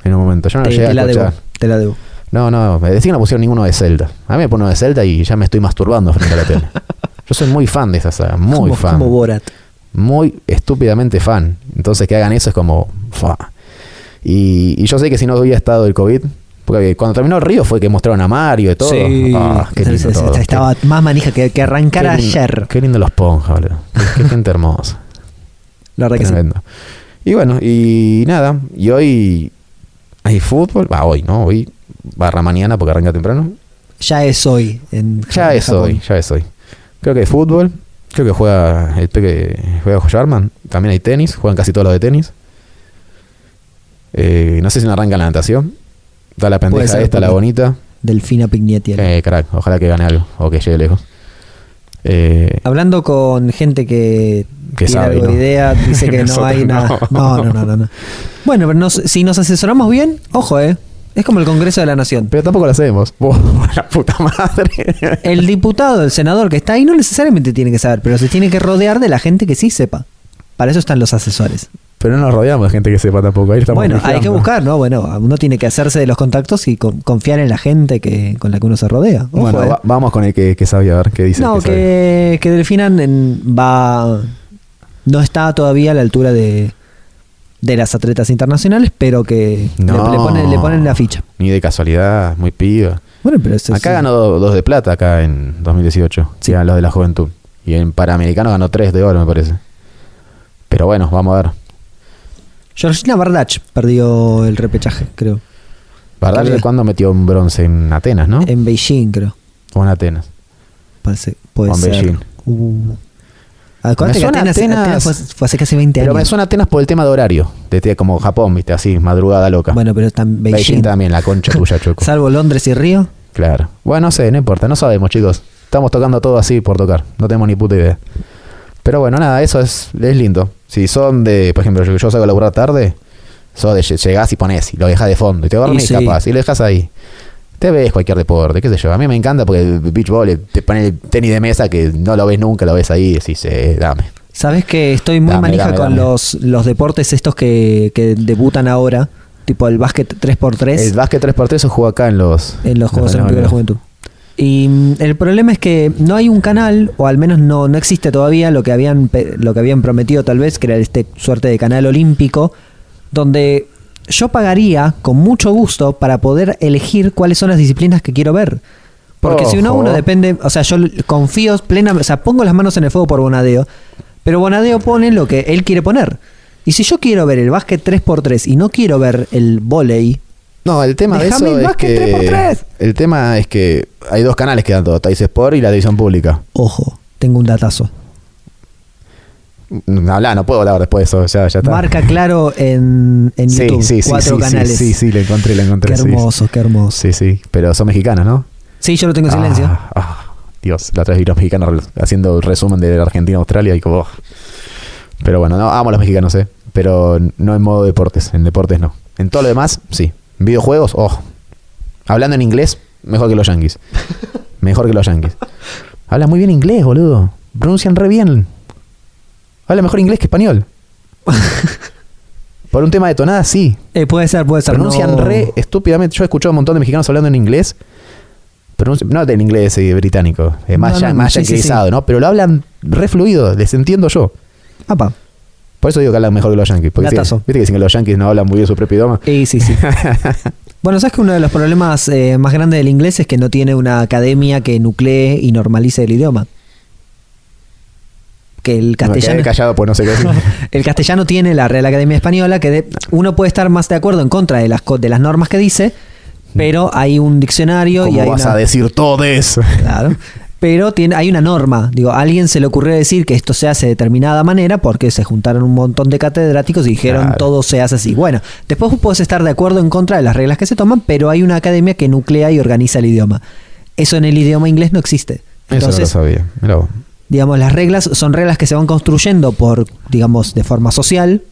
A: en un momento. Yo no lo
B: te,
A: llegué
B: te
A: Ah, a
B: la debo.
A: escuchar.
B: Te la debo.
A: No, no, me decían que no pusieron ninguno de Zelda. A mí me ponen uno de Zelda y ya me estoy masturbando frente a la tele. Yo soy muy fan de esa saga, muy
B: como,
A: fan.
B: Como Borat.
A: muy estúpidamente fan. Entonces que hagan eso es como... fa. Y, y yo sé que si no hubiera estado el COVID, porque cuando terminó el río fue que mostraron a Mario y todo.
B: Sí.
A: Ah, qué lindo
B: Entonces,
A: todo.
B: Estaba más manija que, que
A: Qué
B: arrancar
A: lindo-
B: ayer.
A: Qué lindo los ponja, boludo. Qué, qué gente hermosa.
B: La verdad que sí.
A: Tremendo. Y bueno, y nada. Y hoy hay fútbol. Va, hoy, ¿no? Hoy barra mañana porque arranca temprano.
B: Ya es hoy. En
A: Ya
B: en
A: es
B: Japón.
A: hoy, ya es hoy. Creo que fútbol, creo que juega el peque, juega Jarman, también hay tenis, juegan casi todos los de tenis. Eh, no sé si no arranca la natación. Está la
B: Puede
A: pendeja
B: ser,
A: esta, la
B: porque-
A: bonita.
B: Delfina Pignetti.
A: Eh, crack, ojalá que gane algo o que llegue lejos. Eh,
B: Hablando con gente que,
A: Que
B: tiene
A: sabe,
B: algo de
A: ¿no?
B: idea, dice que no
A: Nosotros
B: hay
A: no.
B: nada. No, no, no, no. no. Bueno, pero nos- si nos asesoramos bien, ojo, eh. Es como el Congreso de la Nación.
A: Pero tampoco lo hacemos. Buah, la puta madre.
B: El diputado, el senador que está ahí no necesariamente tiene que saber, pero se tiene que rodear de la gente que sí sepa. Para eso están los asesores.
A: Pero no nos rodeamos de gente que sepa tampoco. Ahí estamos
B: bueno, hay que
A: mezclando.
B: buscar, ¿no? Bueno, uno tiene que hacerse de los contactos y con- confiar en la gente que, con la que uno se rodea. Ojo,
A: Bueno,
B: eh.
A: va- vamos con el que, que sabía, a ver qué dice. el
B: no,
A: que sabía.
B: que, que Delfinan en- va. No está todavía a la altura de, de las atletas internacionales, pero que le-
A: No.
B: le, ponen, le ponen la ficha.
A: Ni de casualidad, muy piba.
B: Bueno, pero eso
A: acá
B: es-
A: ganó do- dos de plata acá en 2018.
B: Sí.
A: Sí. los de la juventud. Y en Panamericano ganó tres de oro, me parece. Pero bueno, vamos a ver.
B: Georgina Bardach perdió el repechaje, creo.
A: ¿Verdad
B: Claro.
A: que cuándo metió un bronce en Atenas, no?
B: En Beijing, creo.
A: O en Atenas.
B: Parece, puede
A: Con
B: ser.
A: Beijing.
B: Uh. Acuérdate
A: Me
B: que
A: suena
B: Atenas,
A: Atenas-
B: Atenas fue, hace- fue hace casi 20
A: Pero me
B: años.
A: suena Atenas por el tema de horario. De tía, como Japón, viste, así, madrugada loca.
B: Bueno, pero está en
A: Beijing,
B: Beijing.
A: también, la concha tuya, Choco.
B: Salvo Londres y Río.
A: claro. Bueno, no sé, no importa, no sabemos, chicos. Estamos tocando todo así por tocar. No tenemos ni puta idea. Pero bueno, nada, eso es, es lindo. Si son de, por ejemplo, yo, yo salgo a laburar tarde, sos de lle- llegás y ponés y lo dejás de fondo y te dormís
B: sí.
A: capaz y lo dejás ahí. Te ves cualquier deporte, qué sé yo. A mí me encanta porque el beach volley te pone el tenis de mesa que no lo ves nunca, lo ves ahí y decís, eh, dame.
B: Sabes que estoy muy
A: Dame,
B: manija
A: dame,
B: con
A: dame.
B: Los, los deportes estos que, que debutan ahora, tipo el básquet 3x3
A: El básquet 3x3 se juega acá en los...
B: en los Juegos Olímpicos de la Juventud. Y mm, el problema es que no hay un canal, o al menos no, no existe todavía lo que, habían, pe- lo que habían prometido tal vez, que era este suerte de canal olímpico, donde yo pagaría con mucho gusto para poder elegir cuáles son las disciplinas que quiero ver. Porque si uno,
A: Ojo.
B: uno depende, o sea, yo l- confío plenamente, o sea, pongo las manos en el fuego por Bonadeo, pero Bonadeo pone lo que él quiere poner. Y si yo quiero ver el básquet 3x3 y no quiero ver el volei,
A: No, el tema
B: Déjame el
A: de eso es
B: básquet
A: que...
B: 3x3.
A: El tema es que hay dos canales que dan todo, Tais Sport y la televisión pública.
B: ojo, tengo un datazo.
A: Mm, Habla, no puedo hablar después de eso, ya, ya está.
B: Marca claro en, en
A: Sí,
B: YouTube.
A: sí, sí,
B: cuatro
A: sí, sí,
B: canales.
A: Sí, sí, lo encontré, lo encontré.
B: Qué
A: sí, sí.
B: hermoso, qué hermoso. Sí.
A: Sí, sí, pero son mexicanos, ¿no?
B: yo lo tengo en
A: Ah,
B: silencio.
A: ah, Dios, la otra vez vi los mexicanos re- haciendo el resumen de Argentina-Australia y como... oh. Pero bueno, no, amo a los mexicanos, ¿eh? Pero no en modo deportes, en deportes no. En todo lo demás, sí. En videojuegos, oh. Hablando en inglés, mejor que los yankees. Mejor que los yankees. Habla muy bien inglés, boludo. Pronuncian re bien. Habla mejor inglés que español. Por un tema de tonada, sí.
B: Eh, puede ser, puede ser.
A: Pronuncian
B: no-
A: re eh, estúpidamente. Yo he escuchado a un montón de mexicanos hablando en inglés. Pronuncian- no del inglés eh, británico, eh, más,
B: No,
A: ya-
B: no,
A: más
B: sí, sí,
A: yanquilizado, ¿no? Pero lo hablan re fluido, les entiendo yo.
B: Apa.
A: Por eso digo que hablan mejor que los yanquis. Porque sí,
B: Datazo.
A: viste que dicen que los yanquis no hablan muy bien su propio idioma.
B: Eh, sí, sí. bueno, sabes que uno de los problemas eh, más grandes del inglés es que no tiene una academia que nuclee y normalice el idioma. Que el
A: Me
B: castellano.
A: quedé callado pues no sé qué decir.
B: El castellano tiene la Real Academia Española, que de- uno puede estar más de acuerdo en contra de las, co- de las normas que dice, pero hay un diccionario
A: Mm.
B: y
A: ¿Cómo
B: hay
A: vas
B: una-
A: a decir todo eso?
B: Claro. Pero tiene, hay una norma. Digo, a alguien se le ocurrió decir que esto se hace de determinada manera porque se juntaron un montón de catedráticos y dijeron
A: Claro.
B: todo se hace así. Bueno, después vos podés estar de acuerdo en contra de las reglas que se toman, pero hay una academia que nuclea y organiza el idioma. Eso en el idioma inglés no existe.
A: Eso no lo
B: Entonces,
A: sabía. Mirá vos.
B: digamos, las reglas son reglas que se van construyendo por, digamos, de forma social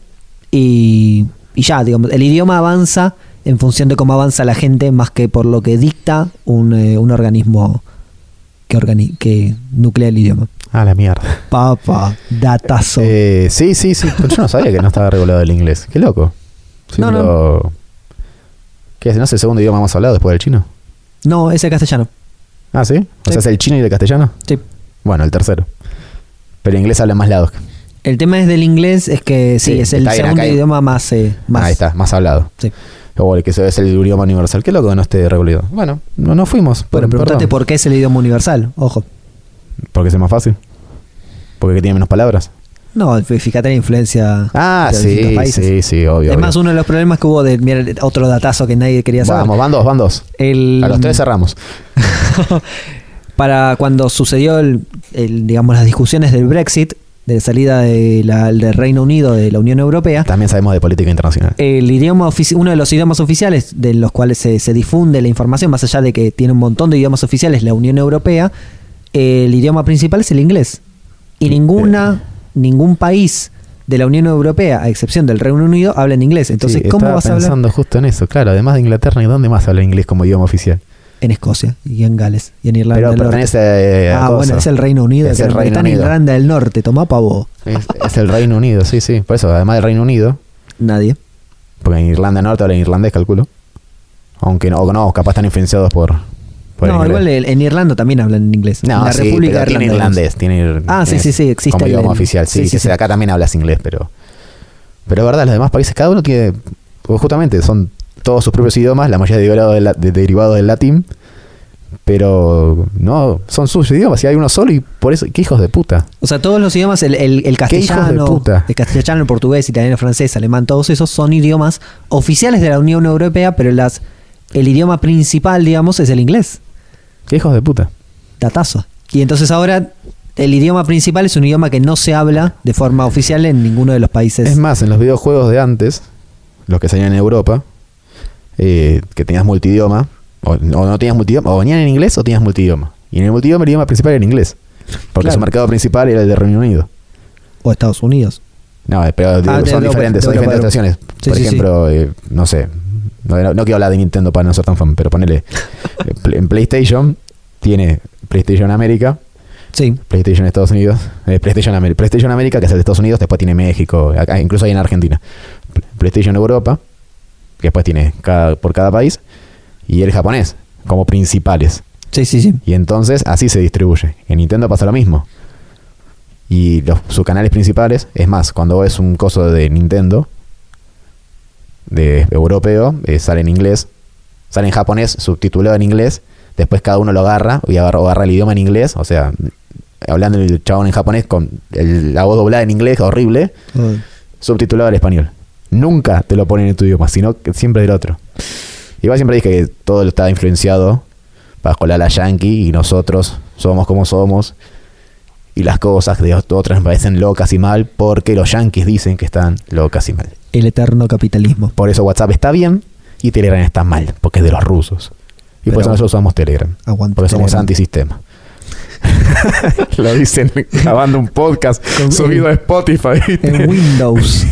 B: y, y ya, digamos, el idioma avanza en función de cómo avanza la gente más que por lo que dicta un, eh, un organismo que, organi- que nuclea el idioma.
A: Ah, la mierda.
B: Papa, datazo.
A: Eh, sí, sí, sí. Pero yo no sabía que no estaba regulado el inglés. Qué loco.
B: No, no.
A: Siendo- ¿Qué es? ¿No es el segundo idioma más hablado después del chino?
B: no, ese castellano.
A: Ah, ¿sí? O
B: Sí.
A: sea, es el chino y el castellano.
B: Sí.
A: Bueno, el tercero. Pero en inglés hablan más lados.
B: El tema es del inglés, es que sí,
A: Sí,
B: es el
A: está bien, acá
B: segundo
A: hay-
B: idioma más, eh, más.
A: Ahí está, más hablado.
B: Sí.
A: O el que es el idioma universal. Qué loco que no esté regulado. Bueno, no, no fuimos.
B: Bueno,
A: Pero
B: preguntate por qué es el idioma universal, ojo.
A: Porque es el más fácil. Porque tiene menos palabras.
B: No, fí- fíjate la influencia
A: Ah,
B: de distintos
A: sí,
B: países.
A: sí, sí, obvio.
B: es
A: obvio.
B: más, uno de los problemas que hubo de mira, otro datazo que nadie quería saber.
A: Vamos, van dos, van dos.
B: El-
A: A los tres cerramos.
B: para cuando sucedió el, el, digamos las discusiones del Brexit, de salida de la- del Reino Unido de la Unión Europea,
A: También sabemos de política internacional.
B: el idioma ofici- uno de los idiomas oficiales de los cuales se, se difunde la información, más allá de que tiene un montón de idiomas oficiales la Unión Europea, el idioma principal es el inglés. Y ninguna, ningún país de la Unión Europea, a excepción del Reino Unido, hablan inglés. Entonces,
A: Sí,
B: ¿cómo
A: estaba
B: vas a hablar?
A: pensando justo en eso, claro. Además de Inglaterra, ¿y dónde más habla inglés como idioma oficial?
B: En Escocia y en Gales y en Irlanda
A: Pero
B: del Norte.
A: pertenece eh, a.
B: ah,
A: cosa.
B: bueno, es el Reino Unido,
A: Es
B: que
A: el
B: no
A: Reino
B: está en
A: Unido.
B: Irlanda del Norte, tomá pavo.
A: Es, es el Reino Unido, sí, sí. Por eso, además del Reino Unido,
B: Nadie.
A: porque en Irlanda Norte hablan irlandés, calculo. Aunque no, o no, capaz están influenciados por. por el
B: no,
A: inglés.
B: igual el- en Irlanda también hablan en inglés.
A: No,
B: en la
A: sí,
B: República
A: pero tiene
B: Irlandesa.
A: irlandés. Tiene,
B: Ah, sí,
A: es
B: sí, sí, existe
A: Como
B: el-
A: idioma oficial,
B: sí,
A: sí.
B: sí,
A: que
B: sí.
A: Acá también hablas inglés, pero. Pero es verdad, los demás países, cada uno tiene. pues justamente, son todos sus propios idiomas, la mayoría derivados del, la- de- derivados del latín. Pero no, son sus idiomas, y hay uno solo, y por eso. ¡Qué hijos de puta!
B: O sea, todos los idiomas, el, el- el
A: ¿Qué hijos de
B: castellano,
A: puta?
B: el castellano, el portugués, italiano, francés, alemán, todos esos son idiomas oficiales de la Unión Europea, pero las el idioma principal, digamos, es el inglés.
A: ¡Qué hijos de puta!
B: Datazo. Y entonces ahora el idioma principal es un idioma que no se habla de forma oficial en ninguno de los países.
A: Es más, en los videojuegos de antes, los que salían en Europa, eh, que tenías multidioma, o, o no tenías multidioma, o venían en inglés o tenías multidioma. Y en el multidioma el idioma principal era inglés, porque
B: Claro.
A: su mercado principal era el de Reino Unido.
B: O Estados Unidos.
A: No, eh, pero digo,
B: Ah, de
A: son
B: Europa,
A: diferentes,
B: de
A: son
B: Europa,
A: diferentes
B: de
A: estaciones.
B: Sí,
A: Por
B: sí, sí.
A: ejemplo, eh, no sé, no, no- no quiero hablar de Nintendo para no ser tan fan, pero ponele, eh, pl- en PlayStation tiene PlayStation América,
B: Sí.
A: PlayStation Estados Unidos, eh, PlayStation, América, PlayStation América, que es el de Estados Unidos, después tiene México, acá, incluso hay en Argentina. Pl- PlayStation Europa, que después tiene cada, por cada país, y el japonés, como principales.
B: Sí, sí, sí.
A: Y entonces así se distribuye. En Nintendo pasa lo mismo. Y los, sus canales principales, es más, cuando ves un coso de Nintendo, de europeo, eh, sale en inglés, sale en japonés, subtitulado en inglés, después cada uno lo agarra y agarra, o agarra el idioma en inglés, o sea, hablando el chabón en japonés con el- la voz doblada en inglés, horrible,
B: Oh.
A: subtitulado al español. Nunca te lo ponen en tu idioma, sino que siempre del otro. Igual siempre dije que todo está influenciado bajo la ala yankee y nosotros somos como somos. Y las cosas de ot- otras me parecen locas y mal porque los yankees dicen que están locas y mal.
B: El eterno capitalismo.
A: Por eso WhatsApp está bien y Telegram está mal, porque es de los rusos. Y
B: Pero-
A: por eso nosotros usamos Telegram.
B: Aguante.
A: Porque somos
B: Telegram.
A: antisistema. lo dicen grabando un podcast
B: Con-
A: subido a Spotify. ¿viste?
B: En Windows.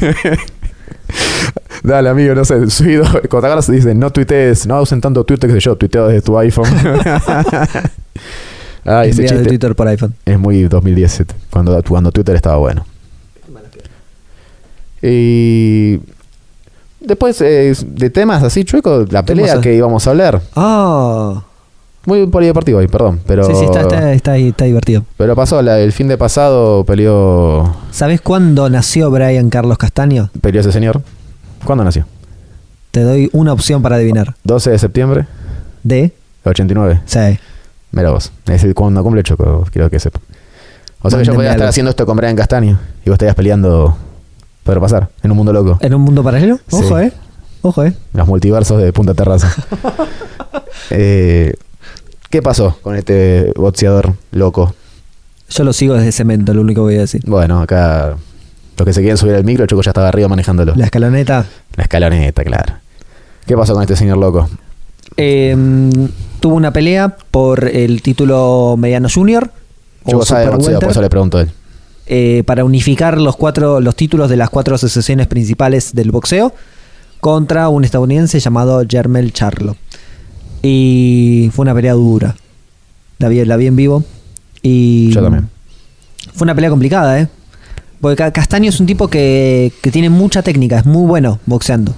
A: Dale, amigo, no sé, subido. Cuando ahora se dice, no tuitees, no usen tanto Twitter, que sé yo, tuiteo desde tu iPhone. Ay, ese
B: Enviado de
A: chiste
B: Twitter por iPhone.
A: es muy 2017, cuando, cuando Twitter estaba bueno. Y después eh, de temas así chuecos, la
B: Temas
A: pelea
B: a-
A: que íbamos a hablar.
B: Ah.
A: Muy polideportivo hoy, perdón, pero,
B: Sí, sí, está, está, está, está divertido.
A: pero pasó, la- el fin de pasado peleó,
B: ¿Sabes cuándo nació Brian Carlos Castaño?
A: peleó ese señor. ¿Cuándo nació?
B: Te doy una opción para adivinar.
A: 12 de septiembre,
B: De.
A: 89.
B: Sí.
A: Mira vos, es el cuando cumple Choco, quiero que sepa. O sea que yo
B: Mándenme
A: podía estar
B: algo.
A: haciendo esto con Brian Castaño y vos estarías peleando Pedro Pasar en un mundo loco.
B: ¿En un mundo paralelo?
A: Sí.
B: Ojo, eh. Ojo, eh.
A: Los multiversos de Punta Terraza. Eh, ¿Qué pasó con este boxeador loco?
B: Yo lo sigo desde cemento, lo único que voy a decir.
A: Bueno, acá los que se quieren subir al micro, Choco ya estaba arriba manejándolo.
B: La
A: La,
B: escaloneta.
A: escaloneta, claro. ¿Qué pasó con este señor loco?
B: eh, tuvo una pelea por el título mediano junior. o
A: Choco sabe de
B: super
A: boxeo,
B: welter,
A: por eso le pregunto a él.
B: eh, para unificar los cuatro los títulos de las cuatro asociaciones principales del boxeo contra un estadounidense llamado Jermel Charlo. Y fue una pelea dura. La vi, la vi en vivo. Y
A: Yo también.
B: Fue una pelea complicada, ¿eh? Porque Ca- Castaño es un tipo que, que tiene mucha técnica, es muy bueno boxeando.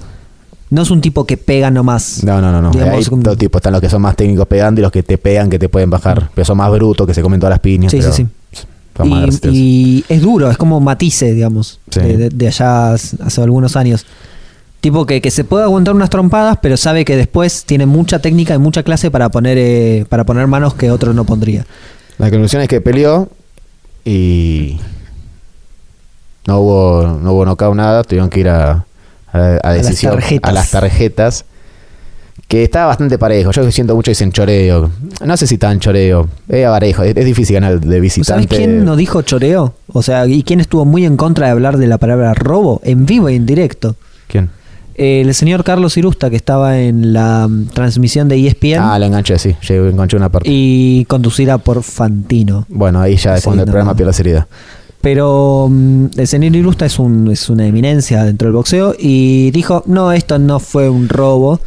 B: No es un tipo que pega nomás.
A: No, no, no, no.
B: Digamos,
A: Hay
B: un-
A: dos tipos. Están los que son más técnicos pegando y los que te pegan que te pueden bajar. Pero son más brutos, que se comen todas las piñas.
B: Mm. Sí,
A: pero
B: sí,
A: son más
B: Y,
A: agresitos.
B: y es duro, es como matice, digamos,
A: Sí.
B: de, de- de allá hace hace algunos años. Tipo que, que se puede aguantar unas trompadas, pero sabe que después tiene mucha técnica y mucha clase para poner, eh, para poner manos que otro no pondría.
A: La conclusión es que peleó y no hubo no hubo knockout nada, tuvieron que ir a, a, a decisión
B: tarjetas.
A: a las tarjetas que estaba bastante parejo. Yo siento mucho que dicen choreo. No sé si tan choreo. Es parejo, es, es difícil ganar de
B: ¿Sabes
A: visitante.
B: quién no dijo choreo? O sea, ¿y quién estuvo muy en contra de hablar de la palabra robo en vivo y en directo?
A: ¿Quién?
B: El señor Carlos Irusta, que estaba en la mm, transmisión de ESPN
A: Ah, lo enganché, sí. Llegué, enganché una parte.
B: y conducida por Fantino.
A: bueno, ahí ya
B: Sí,
A: es cuando el
B: no,
A: programa
B: no.
A: pierde seriedad.
B: Pero mm, el señor Irusta es, un, es una eminencia dentro del boxeo y dijo, no, esto no fue un robo.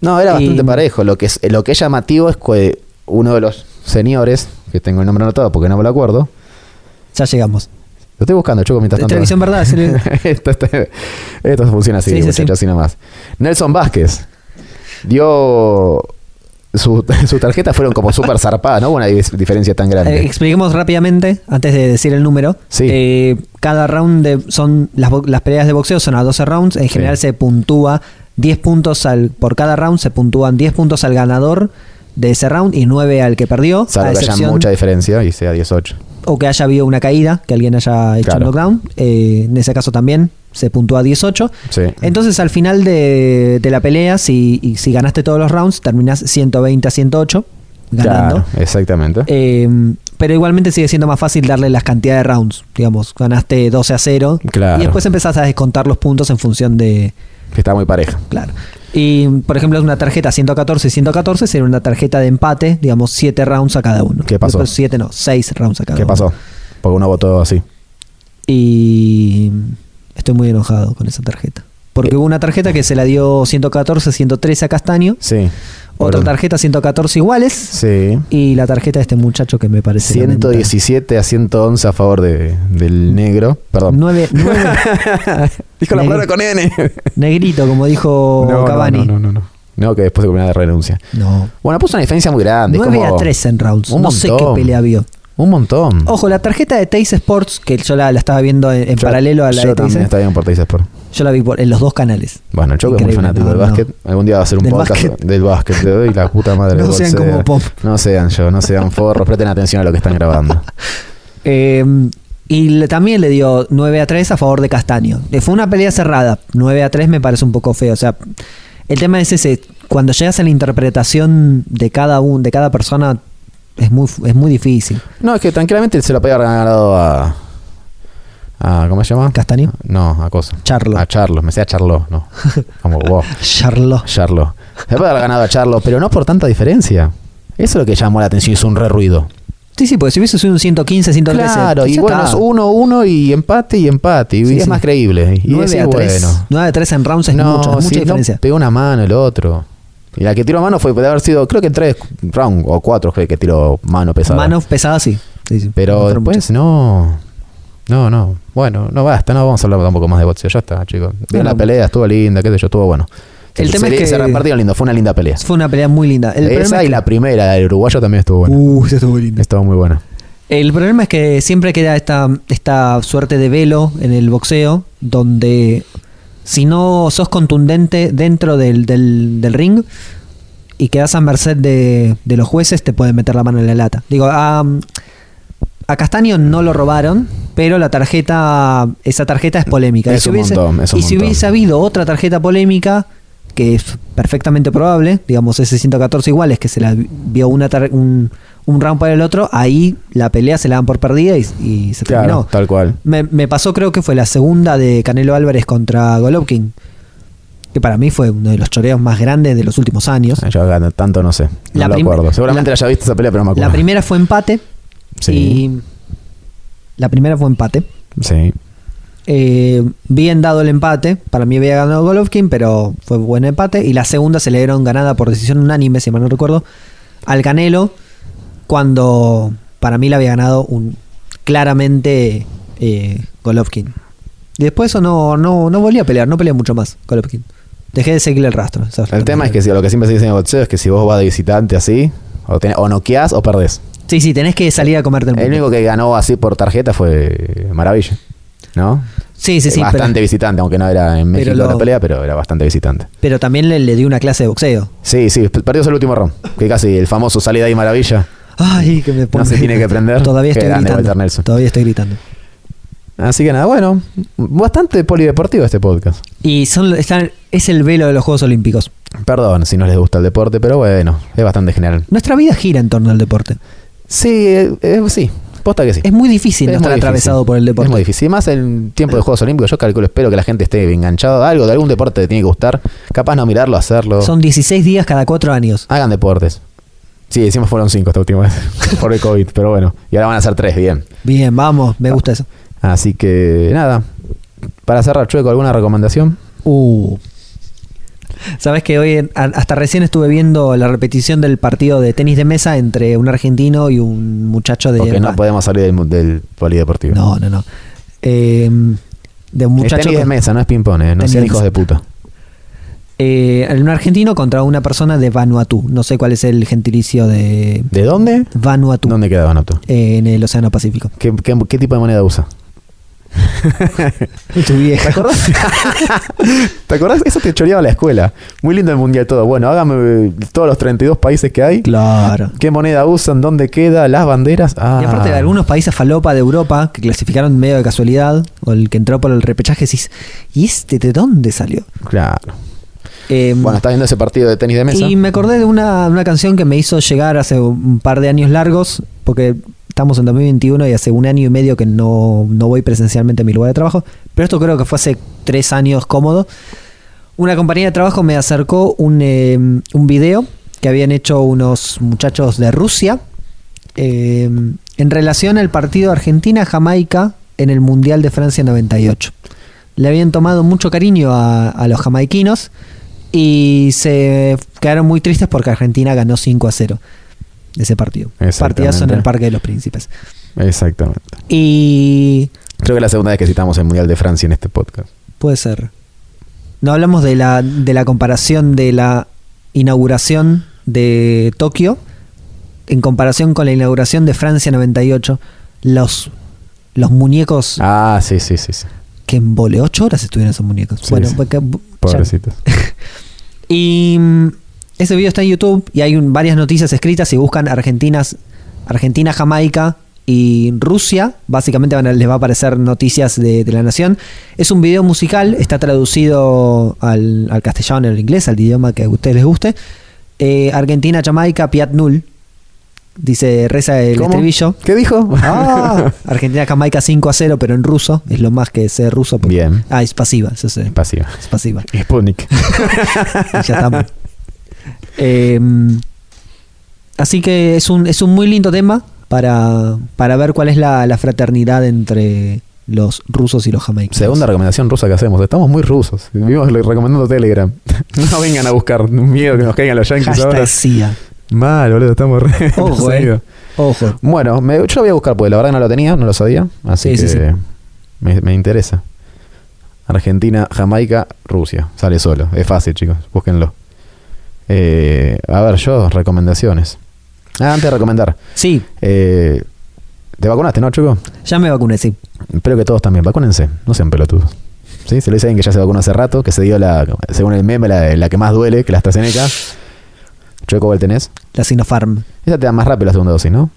A: No, era
B: Y-
A: bastante parejo. Lo que es, lo que es llamativo es que uno de los señores, que tengo el nombre anotado porque no me lo acuerdo,
B: Ya llegamos.
A: lo estoy buscando, Chuco, mientras tanto.
B: Televisión Verdad, es el-
A: esto, esto- esto funciona así,
B: Sí, sí, sí.
A: muchachos, así nomás. Nelson Vázquez dio. Su, sus tarjetas fueron como súper zarpadas, ¿no? Hubo Una dif- diferencia tan grande.
B: Eh, expliquemos rápidamente, antes de decir el número.
A: Sí.
B: Eh, cada round de, son las, bo- las peleas de boxeo son a 12 rounds. En general se puntúa 10 puntos al, por cada round, se puntúan 10 puntos al ganador de ese round y 9 al que perdió. a
A: Salvo que haya
B: excepción-
A: mucha diferencia y sea 18.
B: o que haya habido una caída, que alguien haya hecho
A: Claro.
B: un knockdown. Eh, en ese caso también se puntúa 18.
A: Sí.
B: Entonces al final de, de la pelea, si, y si ganaste todos los rounds, terminás 120 a 108 ganando.
A: Claro, exactamente.
B: Eh, pero igualmente sigue siendo más fácil darle las cantidades de rounds. Digamos, ganaste 12 a 0.
A: Claro.
B: Y después empezás a descontar los puntos en función de.
A: Que Está muy pareja.
B: Claro. Y por ejemplo, una tarjeta 114 y 114 sería una tarjeta de empate, digamos, 7 rounds a cada uno.
A: ¿Qué pasó?
B: 7 no, 6 rounds a cada
A: ¿Qué
B: uno.
A: pasó? Porque uno votó así.
B: Y estoy muy enojado con esa tarjeta. Porque
A: Eh.
B: hubo una tarjeta que se la dio 114, 113 a Castaño.
A: Sí.
B: Otra
A: Por-
B: tarjeta 114 iguales.
A: Sí.
B: Y la tarjeta de este muchacho que me parece.
A: 117 a 111 a favor de, del negro. Perdón.
B: 9,
A: Dijo la
B: Negro.
A: palabra con N.
B: negrito, como dijo
A: no,
B: Cavani.
A: no, no, no, no. No, que después de comunidad de renuncia.
B: No.
A: Bueno, puso una diferencia muy grande.
B: 9
A: como
B: a 3 en rounds.
A: Un
B: no sé qué
A: montón.
B: pelea vio.
A: Un montón.
B: Ojo, la tarjeta de Teis Sports, que yo la, la estaba viendo en, en
A: Yo-
B: paralelo a la
A: Yo
B: de
A: también
B: Teis.
A: está bien por Teis Sport.
B: Yo la vi por- en los dos canales.
A: Bueno, Choco es muy
B: Increíble,
A: fanático
B: no,
A: del
B: no.
A: básquet. Algún día va a hacer un
B: Del
A: podcast
B: básquet.
A: del básquet. Le doy la puta madre.
B: No
A: del
B: sean
A: boxeo.
B: como Pop.
A: No sean yo, no sean forros. Presten atención a lo que están grabando.
B: Eh, y le- también le dio 9 a 3 a favor de Castaño. Eh, Fue una pelea cerrada. 9 a 3 me parece un poco feo. O sea, el tema es ese. Cuando llegas a la interpretación de cada un, de cada persona, es muy, fu- es muy difícil.
A: No, es que tranquilamente se lo podía haber ganado a. a ¿Cómo se llama?
B: ¿Castaño?
A: No, a Cosa.
B: Charlo.
A: A Charlo. Me decía Charlo, no. Como vos.
B: Charlo.
A: Charlo. Se puede haber ganado a Charlo, pero no por tanta diferencia. Eso es lo que llamó la atención, hizo un re ruido.
B: Sí, sí, porque si hubiese sido un 115, 113.
A: Claro, y
B: ya
A: bueno,
B: está.
A: es 1-1 y empate y empate. Y
B: Sí,
A: es
B: sí.
A: más creíble. Y
B: 9
A: decís,
B: a 3.
A: bueno.
B: 9 a 3 en rounds es mucho, es mucha
A: sí, no,
B: diferencia.
A: pegó una mano el otro. Y la que tiró mano fue, puede haber sido, creo que en tres rounds o cuatro, creo que tiró mano pesada.
B: Manos pesadas, sí. Sí, sí.
A: Pero
B: No fueron
A: después, no. No, no. Bueno, no basta, no vamos a hablar tampoco más de boxeo. Ya está, chicos. Vio
B: No,
A: la
B: no.
A: pelea, estuvo linda, qué sé yo, estuvo bueno.
B: El
A: se,
B: tema
A: se-
B: es que-
A: se repartieron lindo, fue una linda pelea.
B: muchas. Fue una pelea muy linda. El problema
A: Esa
B: es
A: y
B: que-
A: la primera, del uruguayo también estuvo buena.
B: Uh, esa estuvo muy linda.
A: Estuvo muy buena.
B: El problema es que siempre queda esta, esta suerte de velo en el boxeo, donde si no sos contundente dentro del, del- del ring y quedás a merced de, de los jueces, te pueden meter la mano en la lata. Digo, a, a Castaño no lo robaron, pero la tarjeta, esa tarjeta es polémica.
A: Es un montón, es un
B: y si
A: montón.
B: hubiese habido otra tarjeta polémica, que es perfectamente probable, digamos ese 114 iguales, que se la vi- vio una tar- un, un round para el otro, ahí la pelea se la dan por perdida y, y se
A: Claro,
B: terminó.
A: tal cual.
B: Me, me pasó, creo que fue la segunda de Canelo Álvarez contra Golovkin, que para mí fue uno de los choreos más grandes de los últimos años.
A: Yo acá tanto no sé. No
B: La
A: lo
B: prim-
A: acuerdo. Seguramente
B: la-
A: la, ya viste esa pelea, pero no me acuerdo.
B: La primera fue empate.
A: Sí.
B: Y la primera fue empate.
A: Sí.
B: Eh, bien dado el empate. Para mí había ganado Golovkin, pero fue buen empate. Y la segunda se le dieron ganada por decisión unánime, si mal no recuerdo, al Canelo. Cuando para mí la había ganado un claramente eh, Golovkin. Y después eso no, no, no volví a pelear, no peleé mucho más Golovkin. Dejé de seguirle el rastro. Esa fue
A: El
B: la
A: tema es que
B: realidad.
A: si- lo que siempre se dice en el boxeo es que si vos vas de visitante así, o, tenés- o noqueás o perdés.
B: Sí, sí, tenés que salir a comerte el
A: El
B: mundo.
A: único que ganó así por tarjeta fue Maravilla, ¿no?
B: Sí, sí, sí. pero-
A: bastante visitante, aunque no era en México
B: lo-
A: la pelea, pero era bastante visitante.
B: Pero también le, le di una clase de boxeo.
A: Sí, sí, p- perdió el último round. Que casi el famoso sale de ahí Maravilla.
B: Ay, que me
A: se tiene que prender.
B: Todavía
A: Qué
B: estoy
A: grande Walter
B: gritando.
A: Nelson.
B: Todavía estoy gritando.
A: Así que nada, bueno, bastante polideportivo este podcast.
B: Y son, están, es el velo de los Juegos Olímpicos.
A: Perdón si no les gusta el deporte, pero bueno, es bastante general.
B: Nuestra vida gira en torno al deporte.
A: Sí, eh, eh, sí, posta que sí.
B: Es muy difícil no
A: Es
B: estar
A: muy
B: atravesado
A: difícil.
B: por el
A: Es muy
B: deporte.
A: difícil. Y más en tiempo de Juegos Olímpicos, yo calculo, espero que la gente esté enganchada a algo, de algún deporte te tiene que gustar. Capaz no mirarlo, hacerlo.
B: Son 16 días cada 4 años.
A: Hagan deportes. Sí, decimos fueron cinco esta última vez por el COVID, pero bueno. Y ahora van a ser tres, bien.
B: Bien, vamos, me gusta eso.
A: Así que nada. Para cerrar, Chueco, ¿alguna recomendación?
B: Uh. Sabes que hoy, en- a- hasta recién estuve viendo la repetición del partido de tenis de mesa entre un argentino y un muchacho de.
A: Porque no podemos salir del, mu- del polideportivo.
B: no, no, no. Eh, de un
A: Es
B: muchacho.
A: tenis de
B: con-
A: mesa, no es ping-pong, eh, no
B: Tenis
A: sean
B: de
A: hijos
B: mesa.
A: de puta.
B: eh, un argentino contra una persona de Vanuatu. No sé cuál es el gentilicio de
A: ¿De dónde?
B: Vanuatu
A: ¿Dónde queda Vanuatu?
B: en el Océano Pacífico.
A: ¿Qué, qué, qué tipo de moneda usa?
B: Tu vieja.
A: ¿Te acordás? Eso te choreaba la escuela. Muy lindo el mundial todo. Bueno, hágame eh, todos los 32 países que hay.
B: Claro.
A: ¿Qué moneda usan? ¿Dónde queda? ¿Las banderas? Ah.
B: Y aparte de algunos países falopa de Europa que clasificaron medio de casualidad, o el que entró por el repechaje, decís, ¿y este de dónde salió?
A: Claro.
B: Eh,
A: Bueno, estás viendo ese partido de tenis de mesa.
B: y me acordé de una, una canción que me hizo llegar hace un par de años largos, porque estamos en 2021 y hace un año y medio que no, no voy presencialmente a mi lugar de trabajo, pero esto creo que fue hace tres años cómodo. Una compañía de trabajo me acercó un, eh, un video que habían hecho unos muchachos de Rusia eh, en relación al partido Argentina-Jamaica en el Mundial de Francia 98. Le habían tomado mucho cariño a, a los jamaiquinos y se quedaron muy tristes porque Argentina ganó 5 a 0 ese partido.
A: Exactamente.
B: Partidazo en el Parque de los Príncipes.
A: Exactamente.
B: Y
A: Creo que es la segunda vez que citamos el Mundial de Francia en este podcast.
B: Puede ser. No hablamos de la, de la comparación de la inauguración de Tokio en comparación con la inauguración de Francia 98. Los, los muñecos
A: Ah, sí, sí, sí. sí.
B: que en vole, ocho horas estuvieron esos muñecos.
A: Sí,
B: bueno,
A: sí.
B: porque- ya-
A: Pobrecitos.
B: y mm, ese video está en YouTube y hay un- varias noticias escritas. Si buscan Argentinas, Argentina, Jamaica y Rusia, básicamente van a- les va a aparecer noticias de, de la nación. Es un video musical, está traducido al, al castellano, al inglés, al idioma que a ustedes les guste. Eh, Argentina, Jamaica, Piat Null. Dice, reza el
A: ¿Cómo?
B: estribillo.
A: ¿Qué dijo?
B: Ah, Argentina, Jamaica 5 a 0, pero en ruso. Es lo más que sé ruso. porque-
A: Bien.
B: Ah, es pasiva. Eso es, eh,
A: Pasiva.
B: es pasiva.
A: Sputnik.
B: Y ya estamos. Eh, así que es un, es un muy lindo tema para, para ver cuál es la, la fraternidad entre los rusos y los jamaicanos.
A: Segunda recomendación rusa que hacemos. Estamos muy rusos. Vivimos le- recomendando Telegram. No vengan a buscar miedo que nos caigan los yankees ahora.
B: Hashtag CIA.
A: Mal, boludo. Estamos re
B: Ojo, eh.
A: poseídos.
B: Ojo.
A: Bueno, me- yo lo voy a buscar porque la verdad que no lo tenía, no lo sabía. Así
B: Sí,
A: que
B: sí, sí.
A: Me, me interesa. Argentina, Jamaica, Rusia. Sale solo. Es fácil, chicos. Búsquenlo. Eh, a ver, yo, recomendaciones. Ah, antes de recomendar.
B: Sí,
A: eh, ¿Te vacunaste, no, chico?
B: ya me vacuné, sí.
A: Espero que todos también. Vacúnense. No sean pelotudos. ¿Sí? Se lo dice alguien que ya se vacunó hace rato, que se dio la, según el meme, la, la que más duele, que la AstraZeneca. Chueco, ¿cuál tenés?
B: La Sinopharm.
A: Esa te da más rápido la segunda dosis, ¿no?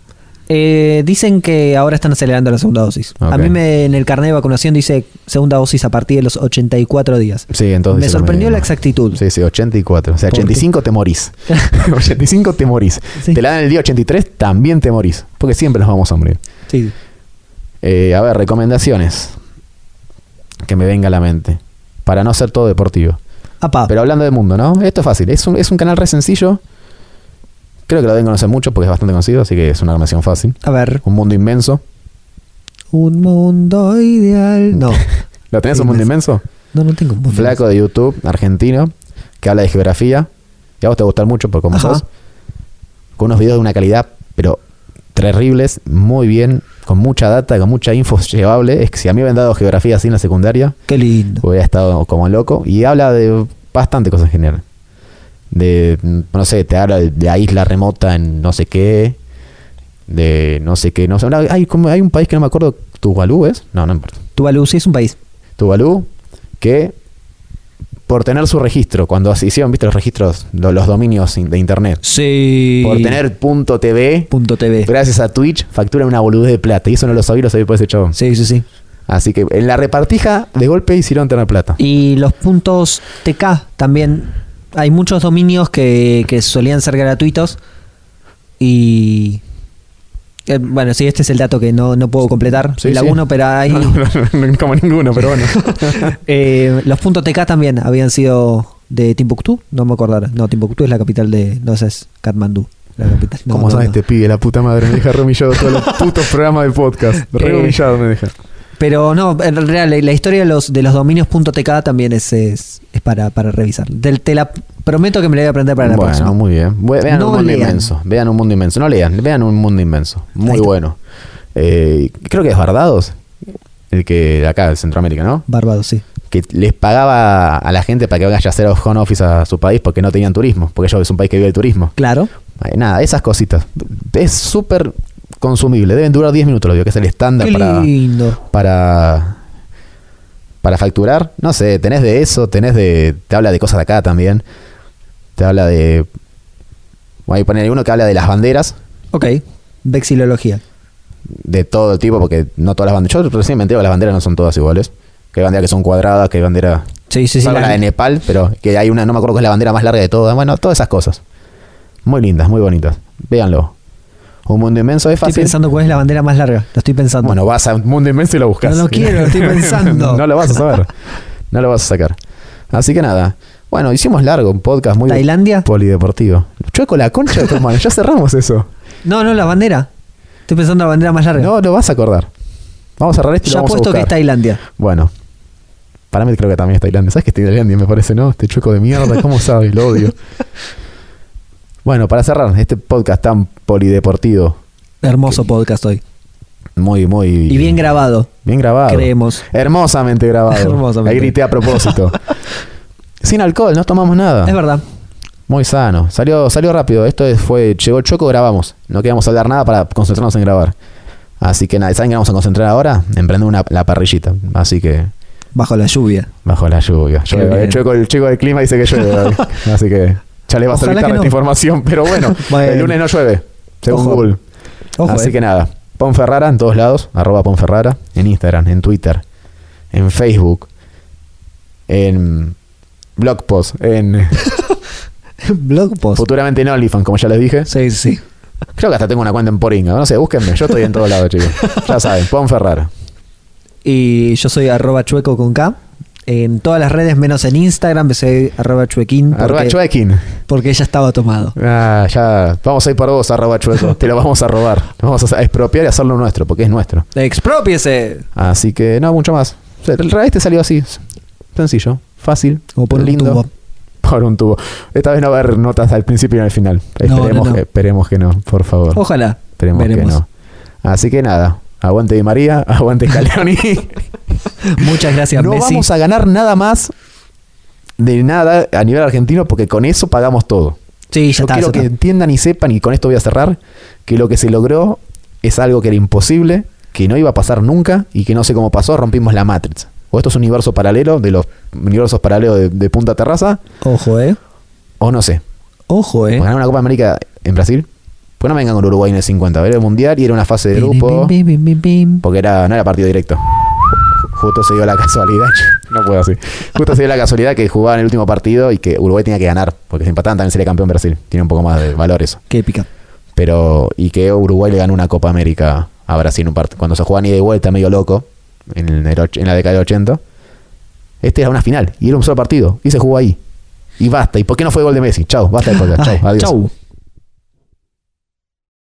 B: Eh, dicen que ahora están acelerando la segunda dosis. A
A: Ok.
B: mí me, en el carnet de vacunación dice segunda dosis a partir de los 84 días.
A: Sí, entonces.
B: me
A: hice lo
B: sorprendió
A: mismo.
B: la exactitud.
A: Sí, sí, 84. O sea,
B: ¿Por
A: 85 te morís. 85 te morís.
B: Sí.
A: Te la dan el día 83, también te morís. Porque siempre nos vamos a morir.
B: Sí.
A: Eh, a ver, recomendaciones. Que me venga a la mente. Para no ser todo deportivo.
B: Apa.
A: Ah, Pero hablando del mundo, ¿no? Esto es fácil. Es un, es un canal re sencillo. Creo que lo deben conocer mucho porque es bastante conocido, así que es una recomendación fácil.
B: a ver.
A: Un mundo inmenso.
B: Un mundo ideal. No,
A: ¿Lo tenés un mundo inmenso?
B: no, no tengo un mundo.
A: Flaco de YouTube, argentino, que habla de geografía. Y a vos te va a gustar mucho por cómo
B: Ajá.
A: sos. Con unos videos de una calidad, pero terribles, muy bien, con mucha data, con mucha info llevable. Es que si a mí me hubieran dado geografía así en la secundaria,
B: Qué lindo.
A: hubiera estado como loco. Y habla de bastante cosas en general. De, mm, no sé, te habla de, de la isla remota en no sé qué. De no sé qué. No sé, una- hay, como- hay un país que no me acuerdo. ¿Tuvalu es? No, no importa.
B: Tuvalu sí es un país.
A: Tuvalu, que por tener su registro, cuando se hicieron, viste, los registros, lo- los, dominios in- de internet,
B: Sí.
A: por tener punto .tv,
B: punto TV.
A: gracias a Twitch, factura una boludez de plata. Y eso no lo sabía, lo sabía por ese chabón.
B: Sí, sí, sí.
A: Así que en la repartija, de golpe hicieron tener plata.
B: Y los puntos TK también. Hay muchos dominios que, que solían ser gratuitos. Y. eh, bueno, sí, este es el dato que no, no puedo completar.
A: Sí,
B: la
A: sí.
B: 1, pero hay.
A: No, no, no, no, como ninguno, pero bueno.
B: Eh, los puntos TK también habían sido de Timbuktu. No me acordaré. No, Timbuktu es la capital de. No sé, es Katmandú. La capital. No,
A: ¿Cómo
B: no,
A: son
B: no.
A: este pibe? La puta madre. Me deja re humillado todos los putos programas de podcast. Re
B: Eh,
A: humillado me deja.
B: Pero no, en realidad la, la historia de los, de los dominios.tk también es, es, es para, para revisar. Del- te la prometo que me la voy a aprender para la
A: bueno,
B: próxima.
A: muy bien. Ve- Vean
B: No
A: un mundo
B: lean.
A: inmenso. Vean un mundo inmenso. No lean, vean un mundo inmenso.
B: Ahí
A: Muy
B: está.
A: bueno. Eh, creo que es Bardados, el que acá de Centroamérica, ¿no?
B: Barbados, sí.
A: Que les pagaba a la gente para que vaya a hacer home office a su país porque no tenían turismo. Porque ellos es un país que vive el turismo.
B: Claro.
A: Ay, Nada, esas cositas. Es súper consumible. Deben durar 10 minutos, lo digo, que es el estándar
B: Qué
A: para,
B: lindo.
A: para para facturar. No sé, tenés de eso, tenés de te habla de cosas de acá también. Te habla de bueno, ahí poner uno que habla de las banderas
B: Ok. Vexilología.
A: de todo el tipo porque no todas las banderas. Yo recién me entero que las banderas no son todas iguales. Que hay banderas que son cuadradas, que hay banderas
B: Sí, sí, sí.
A: salvo
B: la-
A: la de Nepal, pero que hay una, no me acuerdo que es la bandera más larga de todas. Bueno, todas esas cosas. Muy lindas, muy bonitas. Véanlo. Un mundo inmenso es
B: estoy
A: fácil.
B: pensando cuál es la bandera más larga. La estoy pensando.
A: Bueno, vas a un mundo inmenso y lo buscas.
B: Ah, No lo quiero, estoy pensando.
A: no lo vas a saber. No lo vas a sacar. Así que nada. Bueno, hicimos largo un podcast muy
B: ¿Tailandia?
A: polideportivo. Chueco la concha de tu hermano. Ya cerramos eso.
B: No, no, la bandera. Estoy pensando en la bandera más larga.
A: No lo vas a acordar. Vamos a cerrar esto y
B: ya
A: lo vamos a
B: puesto que es
A: buscar.
B: Tailandia.
A: Bueno. Para mí creo que también es Tailandia. ¿Sabes que es Tailandia? Me parece, ¿no? Este chueco de mierda. ¿Cómo sabes? Lo odio. Bueno, para cerrar este podcast tan polideportivo.
B: Hermoso podcast hoy.
A: Muy, muy...
B: Y bien grabado.
A: Bien grabado.
B: Creemos.
A: Hermosamente grabado.
B: Hermosamente.
A: Ahí grité a propósito. Sin alcohol, no tomamos nada.
B: Es verdad.
A: Muy sano. Salió, salió rápido. Esto es- fue. Llegó el choco, grabamos. No queríamos hablar nada para concentrarnos en grabar. Así que nada, ¿saben qué vamos a concentrar ahora? En prender una, la parrillita. Así que.
B: Bajo la lluvia.
A: Bajo la lluvia.
B: Qué
A: Llueve.
B: bien.
A: el, chico, el chico del clima dice que llueve. hoy. Así que. Ya les va a
B: Ojalá
A: salir
B: que
A: tarde
B: no.
A: esta información. Pero bueno,
B: Bueno.
A: el lunes no llueve. Según
B: Ojo.
A: Google.
B: Ojo,
A: Así
B: eh.
A: que nada, Ponferrara en todos lados, arroba Ponferrara, en Instagram, en Twitter, en Facebook, en Blogpost, en
B: Blog post.
A: futuramente en OnlyFans, como ya les dije.
B: Sí, sí.
A: Creo que hasta tengo una cuenta en Poringa, no sé, búsquenme, yo estoy en todos lados, chicos. Ya saben, Ponferrara.
B: Y yo soy arroba chueco con K. En todas las redes, menos en Instagram, que soy arroba chuequín. Porque,
A: Arroba Chuekin.
B: porque ya estaba tomado.
A: Ah, ya, vamos a ir por vos, arroba Chueco, te lo vamos a robar. Lo vamos a expropiar y hacerlo nuestro, porque es nuestro.
B: ¡Expropiese!
A: Así que no, mucho más. O sea, El este salió así, sencillo, fácil,
B: O por un
A: lindo.
B: tubo.
A: Por un tubo. Esta vez no va a haber notas al principio y al final.
B: No,
A: Esperemos,
B: no, no.
A: Que, esperemos que no, por favor.
B: Ojalá.
A: esperemos
B: Veremos.
A: que no. Así que nada, aguante Di María, aguante Scaloni.
B: Muchas gracias,
A: no
B: Messi.
A: vamos a ganar nada más de nada a nivel argentino porque con eso pagamos todo.
B: Sí, ya
A: Yo
B: está.
A: quiero
B: ya
A: que
B: está.
A: entiendan y sepan, y con esto voy a cerrar, que lo que se logró es algo que era imposible, que no iba a pasar nunca y que no sé cómo pasó, rompimos la Matrix. O esto es un universo paralelo de los universos paralelos de, de Punta Terraza,
B: Ojo, eh.
A: o no sé.
B: Ojo, eh.
A: Pues Ganar una Copa América en Brasil. Pues no me vengan con Uruguay en el 50. Era el mundial y era una fase de
B: Bim, bim,
A: grupo.
B: bim, bim, bim, bim.
A: Porque era, no era partido directo. Ju- Justo se dio la casualidad. No puedo así. Justo se dio la casualidad que jugaban el último partido y que Uruguay tenía que ganar. Porque si empataban también sería campeón Brasil. Tiene un poco más de valor eso.
B: Qué épica.
A: Pero. Y que Uruguay le ganó una Copa América a Brasil en un partido. Cuando se jugaban ida y vuelta, medio loco. En, el och- en la década de 80. Este era una final. Y era un solo partido. Y se jugó ahí. Y basta. ¿Y por qué no fue gol de Messi? Chau, basta de podcast. Chau,
B: Ay,
A: adiós.
B: chau.